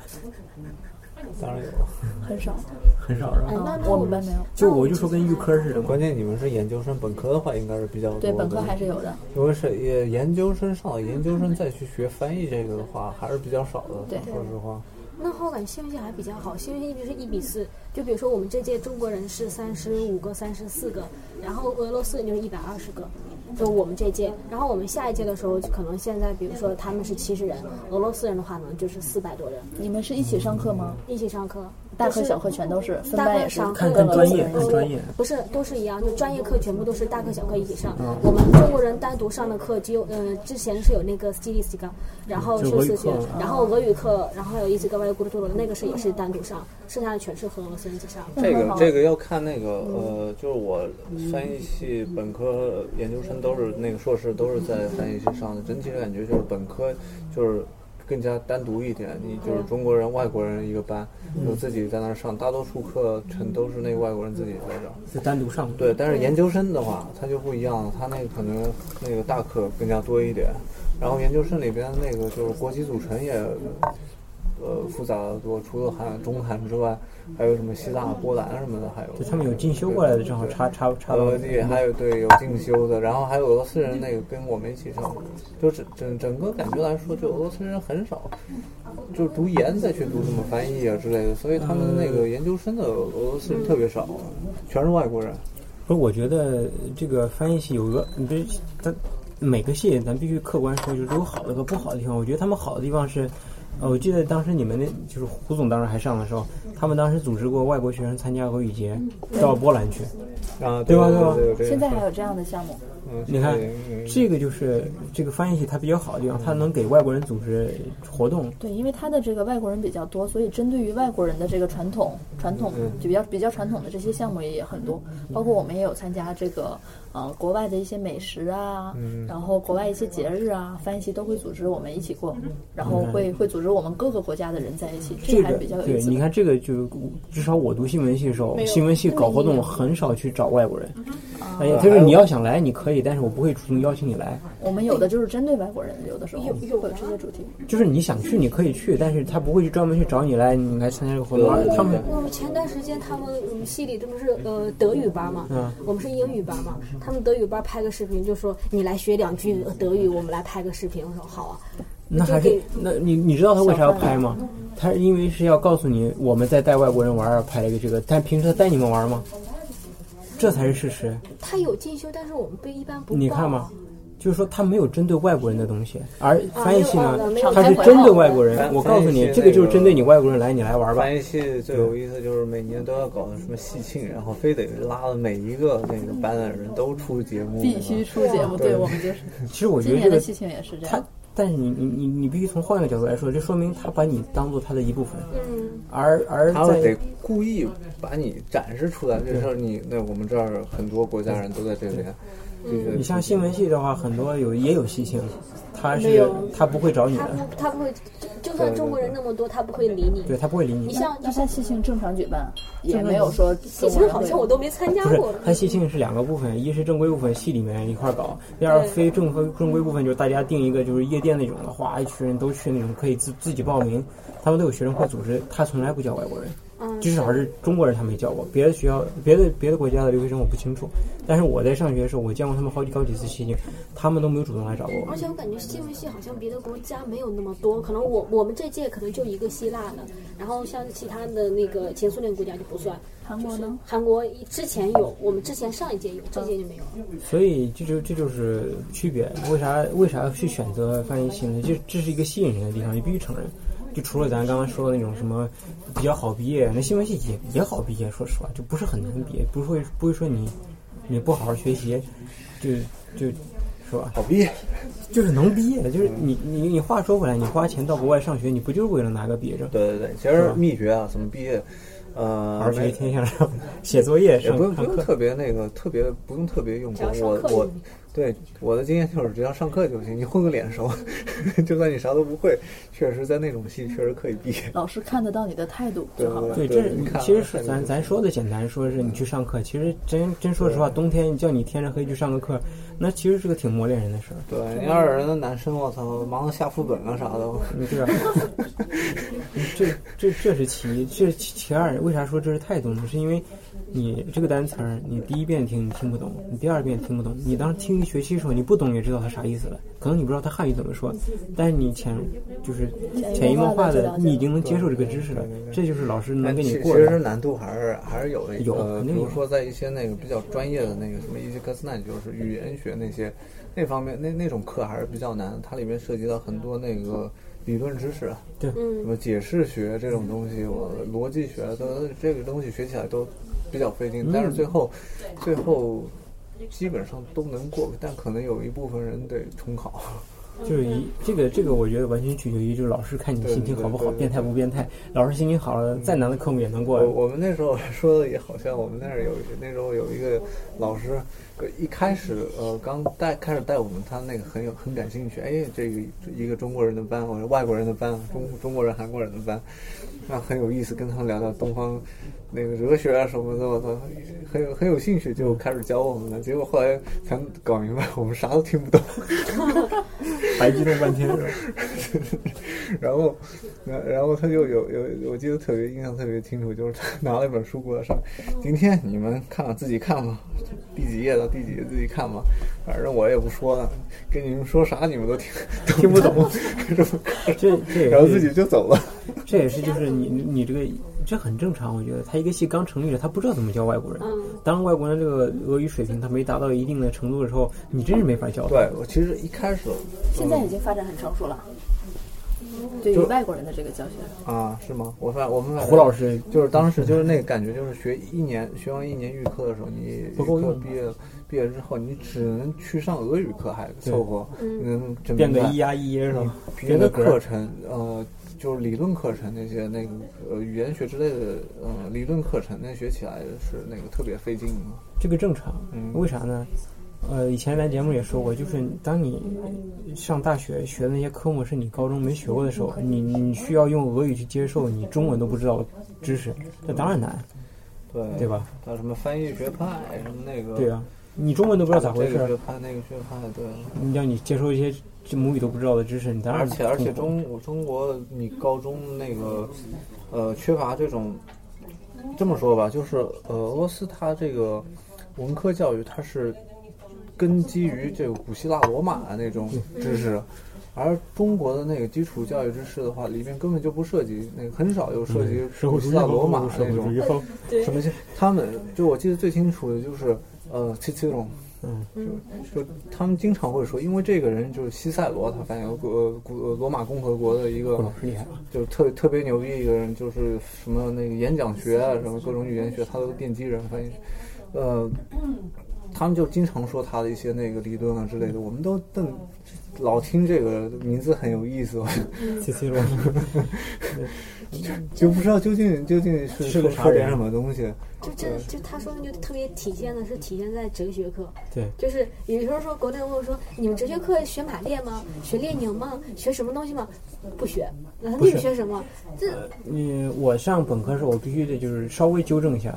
[SPEAKER 2] 当然有，
[SPEAKER 3] 很少。嗯
[SPEAKER 2] 很少是吧？
[SPEAKER 5] 哎那那
[SPEAKER 3] 我
[SPEAKER 5] 我
[SPEAKER 3] 们班没有，
[SPEAKER 2] 就我就说跟预科似的嘛，
[SPEAKER 4] 关键你们是研究生，本科的话应该是比较多的。
[SPEAKER 2] 哦
[SPEAKER 3] 对本科还是有的。
[SPEAKER 4] 因为是也研究生上了研究生再去学翻译这个的话，还是比较少的。
[SPEAKER 3] 对
[SPEAKER 4] 说实话，
[SPEAKER 5] 那后来幸运线还比较好，幸运线一直是一比四。就比如说我们这届中国人是三十五个、三十四个，然后俄罗斯人就是一百二十个，就我们这届。然后我们下一届的时候，就可能现在比如说他们是七十人，俄罗斯人的话呢就是四百多人
[SPEAKER 3] 你们是一起上课吗？
[SPEAKER 5] 一起上课，
[SPEAKER 3] 大
[SPEAKER 5] 就
[SPEAKER 3] 课
[SPEAKER 5] 是
[SPEAKER 3] 小课全都是，分
[SPEAKER 5] 大
[SPEAKER 3] 班
[SPEAKER 5] 课
[SPEAKER 3] 也是
[SPEAKER 5] 上
[SPEAKER 2] 看
[SPEAKER 5] 课
[SPEAKER 2] 看
[SPEAKER 5] 的嗯
[SPEAKER 2] 专
[SPEAKER 5] 都
[SPEAKER 2] 业，
[SPEAKER 3] 嗯
[SPEAKER 5] 是
[SPEAKER 2] 看专业。
[SPEAKER 5] 不是都是一样，就专业课全部都是大课小课一起上。
[SPEAKER 2] 嗯
[SPEAKER 5] 我们中国人单独上的课只有呃之前是有那个 s t i l i s t i c 然后
[SPEAKER 2] 就是俄语
[SPEAKER 5] 四学
[SPEAKER 2] 课，
[SPEAKER 5] 然后俄语课，然后还有一起跟外国多的那个是也是单独上，剩下的全是和俄罗斯人一起上。
[SPEAKER 4] 这
[SPEAKER 3] 很
[SPEAKER 4] 个
[SPEAKER 3] 好
[SPEAKER 4] 这个要看那个呃，就是我翻译系本科、研究生都是那个硕士都是在翻译系上的，整体的感觉就是本科就是。更加单独一点，你就是中国人、外国人一个班，就自己在那儿上，大多数课程都是那个外国人自己在上。
[SPEAKER 2] 就单独上
[SPEAKER 4] 对，但是研究生的话，它就不一样了，它那个可能那个大课更加多一点，然后研究生里边那个就是国籍组成也，呃，复杂的多，除了韩中韩之外，还有什么希腊、波兰什么的，还有
[SPEAKER 2] 就他们有进修过来的，正好插插插到
[SPEAKER 4] 呃，也还有对有进修的，然后还有俄罗斯人那个跟我们一起上，就整整整个感觉来说，就俄罗斯人很少，就读研再去读什么翻译啊之类的，所以他们那个研究生的俄罗斯人特别少，全是外国人。
[SPEAKER 2] 不是，我觉得这个翻译系有个，你这它每个系咱必须客观说，就是有好的和不好的地方。我觉得他们好的地方是，呃，我记得当时你们那就是胡总当时还上的时候，他们当时组织过外国学生参加俄语节，到波兰去。
[SPEAKER 4] 啊，
[SPEAKER 2] 对吧对吧
[SPEAKER 4] 对有这个
[SPEAKER 3] 现在还
[SPEAKER 4] 事儿
[SPEAKER 3] 有这样的项目，
[SPEAKER 4] 嗯
[SPEAKER 2] 你看
[SPEAKER 4] 现在也，
[SPEAKER 2] 这个就是这个翻译系它比较好的地方，它能给外国人组织活动。
[SPEAKER 3] 对，因为他的这个外国人比较多，所以针对于外国人的这个传统、传统
[SPEAKER 2] 嗯
[SPEAKER 3] 就比较比较传统的这些项目也也很多，包括我们也有参加这个呃国外的一些美食啊，
[SPEAKER 2] 嗯
[SPEAKER 3] 然后国外一些节日啊，翻译系都会组织我们一起过，然后会会组织我们各个国家的人在一起，
[SPEAKER 2] 嗯
[SPEAKER 3] 这
[SPEAKER 2] 这
[SPEAKER 3] 个还
[SPEAKER 2] 个
[SPEAKER 3] 是比较有意
[SPEAKER 2] 对，
[SPEAKER 3] 思
[SPEAKER 2] 你
[SPEAKER 3] 的。
[SPEAKER 2] 看这个就至少我读新闻系的时候，新闻系搞活动很少去找外国人。
[SPEAKER 3] 嗯
[SPEAKER 2] 哎
[SPEAKER 4] 啊
[SPEAKER 2] 呀，他说你要想来你可以，但是我不会主动邀请你来。
[SPEAKER 3] 我们有的就是针对外国人，有的时候会有
[SPEAKER 5] 啊
[SPEAKER 3] 这些主题。
[SPEAKER 2] 就是你想去你可以去，但是他不会去专门去找你来，你来参加这个活动。
[SPEAKER 4] 对对
[SPEAKER 2] 他们
[SPEAKER 5] 我们前段时间他们我们系里这不是呃德语班嘛，
[SPEAKER 2] 嗯
[SPEAKER 5] 我们是英语班嘛，他们德语班拍个视频就说你来学两句德语，我们来拍个视频。我说好啊，
[SPEAKER 2] 那还是那你你知道他为啥要拍吗？
[SPEAKER 3] 嗯
[SPEAKER 2] 他因为是要告诉你我们在带外国人玩儿，拍了一个这个，但平时他带你们玩吗？这才是事实。
[SPEAKER 5] 他有进修，但是我们被一般不报啊。
[SPEAKER 2] 你看嘛，就是说他没有针对外国人的东西，而翻译系呢
[SPEAKER 5] 啊没有，
[SPEAKER 2] 他是针对外国人。
[SPEAKER 4] 翻
[SPEAKER 2] 我告诉
[SPEAKER 4] 翻译系
[SPEAKER 2] 你，
[SPEAKER 4] 那
[SPEAKER 2] 这个就是针对你外国人来，你来玩吧
[SPEAKER 4] 翻。译系最有意思就是每年都要搞什么戏庆，然后非得拉了每一个那个班的人都出节目，
[SPEAKER 3] 必须出
[SPEAKER 5] 啊
[SPEAKER 3] 节目，对我们就是
[SPEAKER 2] 其实我觉
[SPEAKER 3] 今
[SPEAKER 2] 得
[SPEAKER 3] 年
[SPEAKER 2] 这
[SPEAKER 3] 的
[SPEAKER 2] 个
[SPEAKER 3] 戏情也是这
[SPEAKER 2] 他
[SPEAKER 3] 样。，
[SPEAKER 2] 但是你你你你必须从换一个角度来说，这说明他把你当做他的一部分，
[SPEAKER 5] 嗯，
[SPEAKER 2] 而而
[SPEAKER 4] 他们
[SPEAKER 2] 在
[SPEAKER 4] 得故意把你展示出来，这事儿你那我们这儿很多国家人都在这啊边，就觉
[SPEAKER 2] 你
[SPEAKER 4] 得
[SPEAKER 2] 像新闻系的话，很多有也有戏性，他
[SPEAKER 5] 没
[SPEAKER 2] 是
[SPEAKER 5] 有
[SPEAKER 2] 他不会找你
[SPEAKER 5] 他
[SPEAKER 2] 的，
[SPEAKER 5] 不他不会，就就算中国人那么多，他不会理你。
[SPEAKER 2] 对他不会理你
[SPEAKER 5] 你
[SPEAKER 2] 的。
[SPEAKER 5] 像
[SPEAKER 3] 那像戏庆正常举办，也没有说
[SPEAKER 5] 其实好像我都没参加
[SPEAKER 2] 不是
[SPEAKER 5] 过，。
[SPEAKER 2] 他戏性是两个部分，一是正规部分，系里面一块儿搞；第二非正规正规部分，就是大家定一个就是夜店那种的，哗，一群人都去那种，可以自自己报名。他们都有学生会组织，他从来不叫外国人，
[SPEAKER 5] 嗯，
[SPEAKER 2] 至少是中国人他没叫过。别的学校、别的别的国家的留学生我不清楚，但是我在上学的时候，我见过他们好几好几次戏性，他们都没有主动来找过我
[SPEAKER 5] 而。且我感觉新闻系好像别的国家没有那么多，可能我我们这届可能就一个希腊的，然后像其他的那个前苏联国家就不算。
[SPEAKER 3] 韩国呢？
[SPEAKER 5] 韩国之前有，我们之前上一届有，这届就没有。
[SPEAKER 2] 所以这就这就是区别。为啥为啥去选择翻译系呢？这这是一个吸引人的地方，你必须承认。就除了咱刚刚说的那种什么比较好毕业，那新闻系也也好毕业，说实话就不是很难毕业，不会不会说你你不好好学习，就就。是吧？
[SPEAKER 4] 好毕业，
[SPEAKER 2] 就是能毕业，就是你你你话说回来，你花钱到国外上学，你不就是为了拿个毕业证？
[SPEAKER 4] 对对对，其实秘诀啊，怎么毕业，呃，
[SPEAKER 2] 而学习天向上，写作业
[SPEAKER 4] 也
[SPEAKER 2] 上
[SPEAKER 4] 不用不
[SPEAKER 2] 上
[SPEAKER 4] 用
[SPEAKER 2] 课，
[SPEAKER 4] 特别那个特别不用特别用功
[SPEAKER 5] 只要，上
[SPEAKER 4] 我
[SPEAKER 5] 课就
[SPEAKER 4] 我
[SPEAKER 5] 行
[SPEAKER 4] 对我的经验就是，只要上课就行，你混个脸熟， *laughs* 就算你啥都不会，确实在那种戏确实可以毕业。
[SPEAKER 3] 老师看得到你的态度
[SPEAKER 4] 对
[SPEAKER 3] 就好了。
[SPEAKER 2] 对，
[SPEAKER 4] 对
[SPEAKER 2] 这
[SPEAKER 4] 你看
[SPEAKER 2] 其实
[SPEAKER 4] 看
[SPEAKER 2] 是
[SPEAKER 4] 这
[SPEAKER 2] 咱
[SPEAKER 4] 个
[SPEAKER 2] 咱说的简单，说是你去上课，其实真真说实话，
[SPEAKER 4] 对
[SPEAKER 2] 冬天叫你天着黑去上个课，那其实是个挺磨练人的事儿。
[SPEAKER 4] 对，你要是人的男生，我操，忙得下副本了啥的，
[SPEAKER 2] 嗯，对啊，这这这是其一，这其其二，为啥说这是态度呢？是因为你这个单词儿，你第一遍听你听不懂，你第二遍听不懂，你当时听一学期的时候，你不懂也知道它啥意思了，可能你不知道它汉语怎么说，但是你潜就是潜移默化
[SPEAKER 3] 潜移
[SPEAKER 2] 的
[SPEAKER 3] 默化地，
[SPEAKER 2] 你已经能接受这个知识了
[SPEAKER 4] 对对，对
[SPEAKER 2] 这就是老师能
[SPEAKER 4] 但
[SPEAKER 2] 给你
[SPEAKER 4] 其
[SPEAKER 2] 过
[SPEAKER 4] 其实
[SPEAKER 2] 的。
[SPEAKER 4] 难度还是还是有的，
[SPEAKER 2] 有
[SPEAKER 4] 呃
[SPEAKER 2] 肯
[SPEAKER 4] 比
[SPEAKER 2] 定有
[SPEAKER 4] 如说在一些那个比较专业的那个什么一级科斯奈，就是语言学那些那方面那那种课还是比较难，它里面涉及到很多那个理论知识，啊
[SPEAKER 2] 对，
[SPEAKER 4] 什么解释学这种东西，我逻辑学都这个东西学起来都比较费
[SPEAKER 2] 嗯
[SPEAKER 4] 劲，但是最后最后。基本上都能过，但可能有一部分人得重考。
[SPEAKER 2] 就是一这个这个，我觉得完全取决于就是老师看你
[SPEAKER 4] 对
[SPEAKER 2] 心情好不好，
[SPEAKER 4] 对对
[SPEAKER 2] 变态不变态。老师心情好了，再难的科目也能过
[SPEAKER 4] 我。我们那时候 *laughs* 说的也好像我们那儿有那时候有一个老师，呃一开始呃刚带开始带我们，他那个很有很感兴趣，哎，这个一个中国人的班，我说外国人的班，中中国人韩国人的班，那很有意思，跟他们聊聊东方那个哲学啊什么的，我操，很有很有兴趣，就开始教我们了。结果后来才搞明白，我们啥都听不懂。 *laughs*
[SPEAKER 2] *laughs* 白激动半天，
[SPEAKER 4] 然后，然然后他就有有，我记得特别印象特别清楚，就是他拿了一本书过来上，今天你们看吧，自己看吧，第几页到第几页自己看吧，反正我也不说了，跟你们说啥你们都听听不懂， *laughs*
[SPEAKER 2] 这这也
[SPEAKER 4] 然后
[SPEAKER 2] 是
[SPEAKER 4] 自己就走了。
[SPEAKER 2] 这也是就是你你你这个这很正常，我觉得他一个系刚成立了，他不知道怎么教外国人。当外国人这个俄语水平他没达到一定的程度的时候，你真是没法教。，
[SPEAKER 4] *laughs* 对我其实一开始
[SPEAKER 3] 现在已经发展很成熟了，对于
[SPEAKER 4] 就
[SPEAKER 3] 外国人的这个教学，
[SPEAKER 4] 啊，是吗？我反我们反
[SPEAKER 2] 胡老
[SPEAKER 4] 师
[SPEAKER 2] 师
[SPEAKER 4] 就是当时就是那个感觉，就是学一年学完一年预科的时候，你
[SPEAKER 2] 不够
[SPEAKER 4] 预科
[SPEAKER 2] 用
[SPEAKER 4] 毕业毕业之后，你只能去上俄语课还
[SPEAKER 2] 对
[SPEAKER 4] 凑合，嗯，真
[SPEAKER 2] 变
[SPEAKER 4] 明
[SPEAKER 2] 得
[SPEAKER 4] 白
[SPEAKER 2] 咿呀咿啊耶是吧？
[SPEAKER 4] 别
[SPEAKER 2] 别的
[SPEAKER 4] 的课
[SPEAKER 2] 歌
[SPEAKER 4] 程，呃，就是理论课程那些那个呃语言学之类的呃理论课程，那学起来是那个特别费劲的。
[SPEAKER 2] 这个正常
[SPEAKER 4] 嗯，
[SPEAKER 2] 为啥呢？呃，以前咱节目也说过，就是当你上大学学的那些科目是你高中没学过的时候，你你需要用俄语去接受你中文都不知道的知识，这当然难，
[SPEAKER 4] 对
[SPEAKER 2] 对？吧？
[SPEAKER 4] 还有什么翻译学派，什么那个
[SPEAKER 2] 对啊，你中文都不知道咋回
[SPEAKER 4] 这
[SPEAKER 2] 事
[SPEAKER 4] 个
[SPEAKER 2] 儿
[SPEAKER 4] 学，派那个学派，对。
[SPEAKER 2] 你让你接受一些这母语都不知道的知识，你当然
[SPEAKER 4] 而且而且
[SPEAKER 2] 痛苦
[SPEAKER 4] 中中国你高中那个呃缺乏这种这么说吧，就是呃俄罗斯它这个文科教育它是根基于这个古希腊罗马的那种知
[SPEAKER 2] 嗯
[SPEAKER 4] 识。而中国的那个基础教育知识的话，里面根本就不涉及那个，很少有涉及
[SPEAKER 2] 嗯社
[SPEAKER 4] 古
[SPEAKER 2] 会
[SPEAKER 4] 希
[SPEAKER 2] 主义
[SPEAKER 4] 腊罗马
[SPEAKER 2] 社
[SPEAKER 4] 那
[SPEAKER 2] 会主
[SPEAKER 4] 种
[SPEAKER 2] 义后，
[SPEAKER 4] 什么。他们就我记得最清楚的就是呃，七七龙，
[SPEAKER 2] 嗯，
[SPEAKER 4] 就他们经常会说，因为这个人就是西塞罗，他反正古呃古呃罗马共和国的一
[SPEAKER 2] 郭
[SPEAKER 4] 个
[SPEAKER 2] 老师厉害了，
[SPEAKER 4] 就是特特别牛逼一个人，就是什么那个演讲学啊，什么各种语言学，他都是奠基人，反正呃，他们就经常说他的一些那个理论啊之类的，我们都瞪。 *laughs* 老听这个啊名字很有意思，我
[SPEAKER 2] 谢谢罗，
[SPEAKER 4] 就不知道究竟究竟是
[SPEAKER 2] 是
[SPEAKER 4] 说
[SPEAKER 2] 个啥
[SPEAKER 4] 说点
[SPEAKER 2] 人
[SPEAKER 4] 什么东西。
[SPEAKER 5] 就这就他说的就特别体现的是体现在哲学课，
[SPEAKER 2] 对，
[SPEAKER 5] 就是有时候说国内问我说你们哲学课学马列吗？学列宁吗？学什么东西吗？不学，那
[SPEAKER 2] 不
[SPEAKER 5] 历史
[SPEAKER 2] 学
[SPEAKER 5] 学什么？这
[SPEAKER 2] 嗯，我上本科时候我必须得就是稍微纠正一下，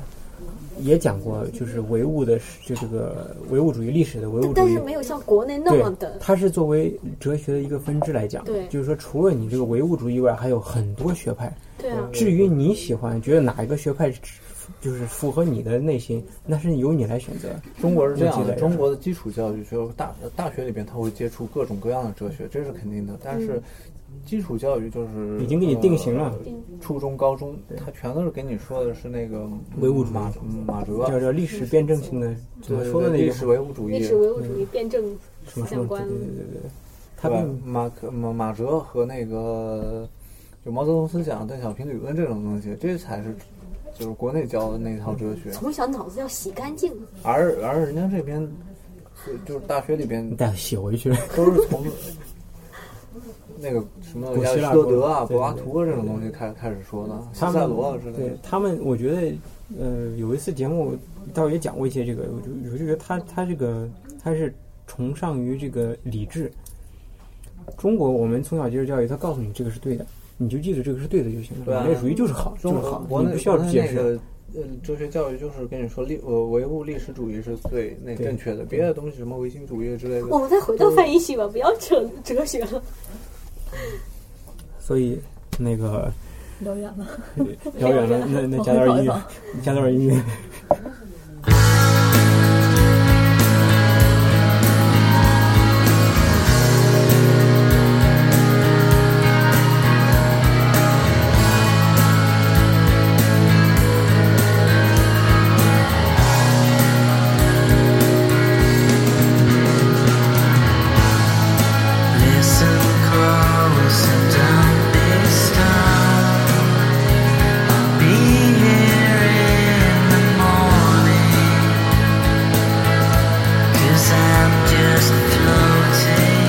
[SPEAKER 2] 也讲过就是唯物的，就这个唯物主义历史的唯物
[SPEAKER 5] 但
[SPEAKER 2] 主义
[SPEAKER 5] 是，没有像国内那
[SPEAKER 2] 对
[SPEAKER 5] 么的，
[SPEAKER 2] 它是作为哲学的一个分支来讲，
[SPEAKER 5] 对
[SPEAKER 2] 就是说除了你这个唯物主义以外，还有很多学派，
[SPEAKER 5] 对啊，
[SPEAKER 2] 至于你喜欢觉得哪一个学派就是符合你的内心，那是由你来选择，
[SPEAKER 4] 中国是
[SPEAKER 2] 我
[SPEAKER 4] 这样
[SPEAKER 2] 记
[SPEAKER 4] 的，
[SPEAKER 2] 得
[SPEAKER 4] 中国的基础教育就是大大学里边，他会接触各种各样的哲学，这是肯定的。但是基础教育就是
[SPEAKER 2] 嗯已经给你定型了
[SPEAKER 4] 呃
[SPEAKER 5] 哦
[SPEAKER 4] 初中、高中，他全都是跟你说的是那个
[SPEAKER 2] 唯物主义
[SPEAKER 4] 马嗯马哲，
[SPEAKER 2] 叫叫历史辩证性的怎么
[SPEAKER 4] 对
[SPEAKER 2] 说的那
[SPEAKER 4] 历
[SPEAKER 2] 个
[SPEAKER 4] 史唯物主义
[SPEAKER 5] 历，史唯物主义辩证
[SPEAKER 2] 嗯什
[SPEAKER 5] 思
[SPEAKER 2] 么什
[SPEAKER 5] 想
[SPEAKER 2] 么，
[SPEAKER 5] 观
[SPEAKER 2] 对，对对对对，他
[SPEAKER 4] 对吧
[SPEAKER 2] 并？
[SPEAKER 4] 马克马马哲和那个就毛泽东思想、邓小平理论这种东西，这才是就是国内教的那套哲学。
[SPEAKER 5] 从小脑子要洗干净。
[SPEAKER 4] 而而人家这边就就是大学里边
[SPEAKER 2] 带写回去了。
[SPEAKER 4] 都是
[SPEAKER 2] *laughs*
[SPEAKER 4] 从那个什么
[SPEAKER 2] 古
[SPEAKER 4] 亚
[SPEAKER 2] 希
[SPEAKER 4] 里士
[SPEAKER 2] 腊
[SPEAKER 4] 多德啊、
[SPEAKER 2] 对对
[SPEAKER 4] 柏拉图啊这种东西开开始说的，西
[SPEAKER 2] 他
[SPEAKER 4] 塞
[SPEAKER 2] 们
[SPEAKER 4] 罗啊之类
[SPEAKER 2] 对
[SPEAKER 4] 的。
[SPEAKER 2] 他们，我觉得，呃，有一次节目倒也讲过一些这个，我就我就觉得他他这个他是崇尚于这个理智。中国我们从小接受教育，他告诉你这个是对的，你就记住这个是对的就行了。
[SPEAKER 4] 对啊
[SPEAKER 2] 马列主义就是好，就
[SPEAKER 4] 中
[SPEAKER 2] 是
[SPEAKER 4] 国
[SPEAKER 2] 好，
[SPEAKER 4] 国
[SPEAKER 2] 你
[SPEAKER 4] 内
[SPEAKER 2] 不需要
[SPEAKER 4] 国内
[SPEAKER 2] 解
[SPEAKER 4] 那
[SPEAKER 2] 释。
[SPEAKER 4] 个呃，哲学教育就是跟你说历呃维护历史主义是最那
[SPEAKER 2] 对
[SPEAKER 4] 正确的，别的东西什么唯心主义之类的，
[SPEAKER 5] 我们再回到翻译系吧，不要扯哲学了。
[SPEAKER 2] 所以那个 *laughs*
[SPEAKER 3] 聊远 *laughs* 了，
[SPEAKER 2] 遥远了，
[SPEAKER 4] *laughs*
[SPEAKER 2] 那那加
[SPEAKER 3] 我
[SPEAKER 2] 点
[SPEAKER 3] 们
[SPEAKER 2] 音
[SPEAKER 3] 搞一
[SPEAKER 2] 乐，加点音乐。
[SPEAKER 1] Listen close and don't be stoned. I'll be here in the morning. 'Cause I'm just floating.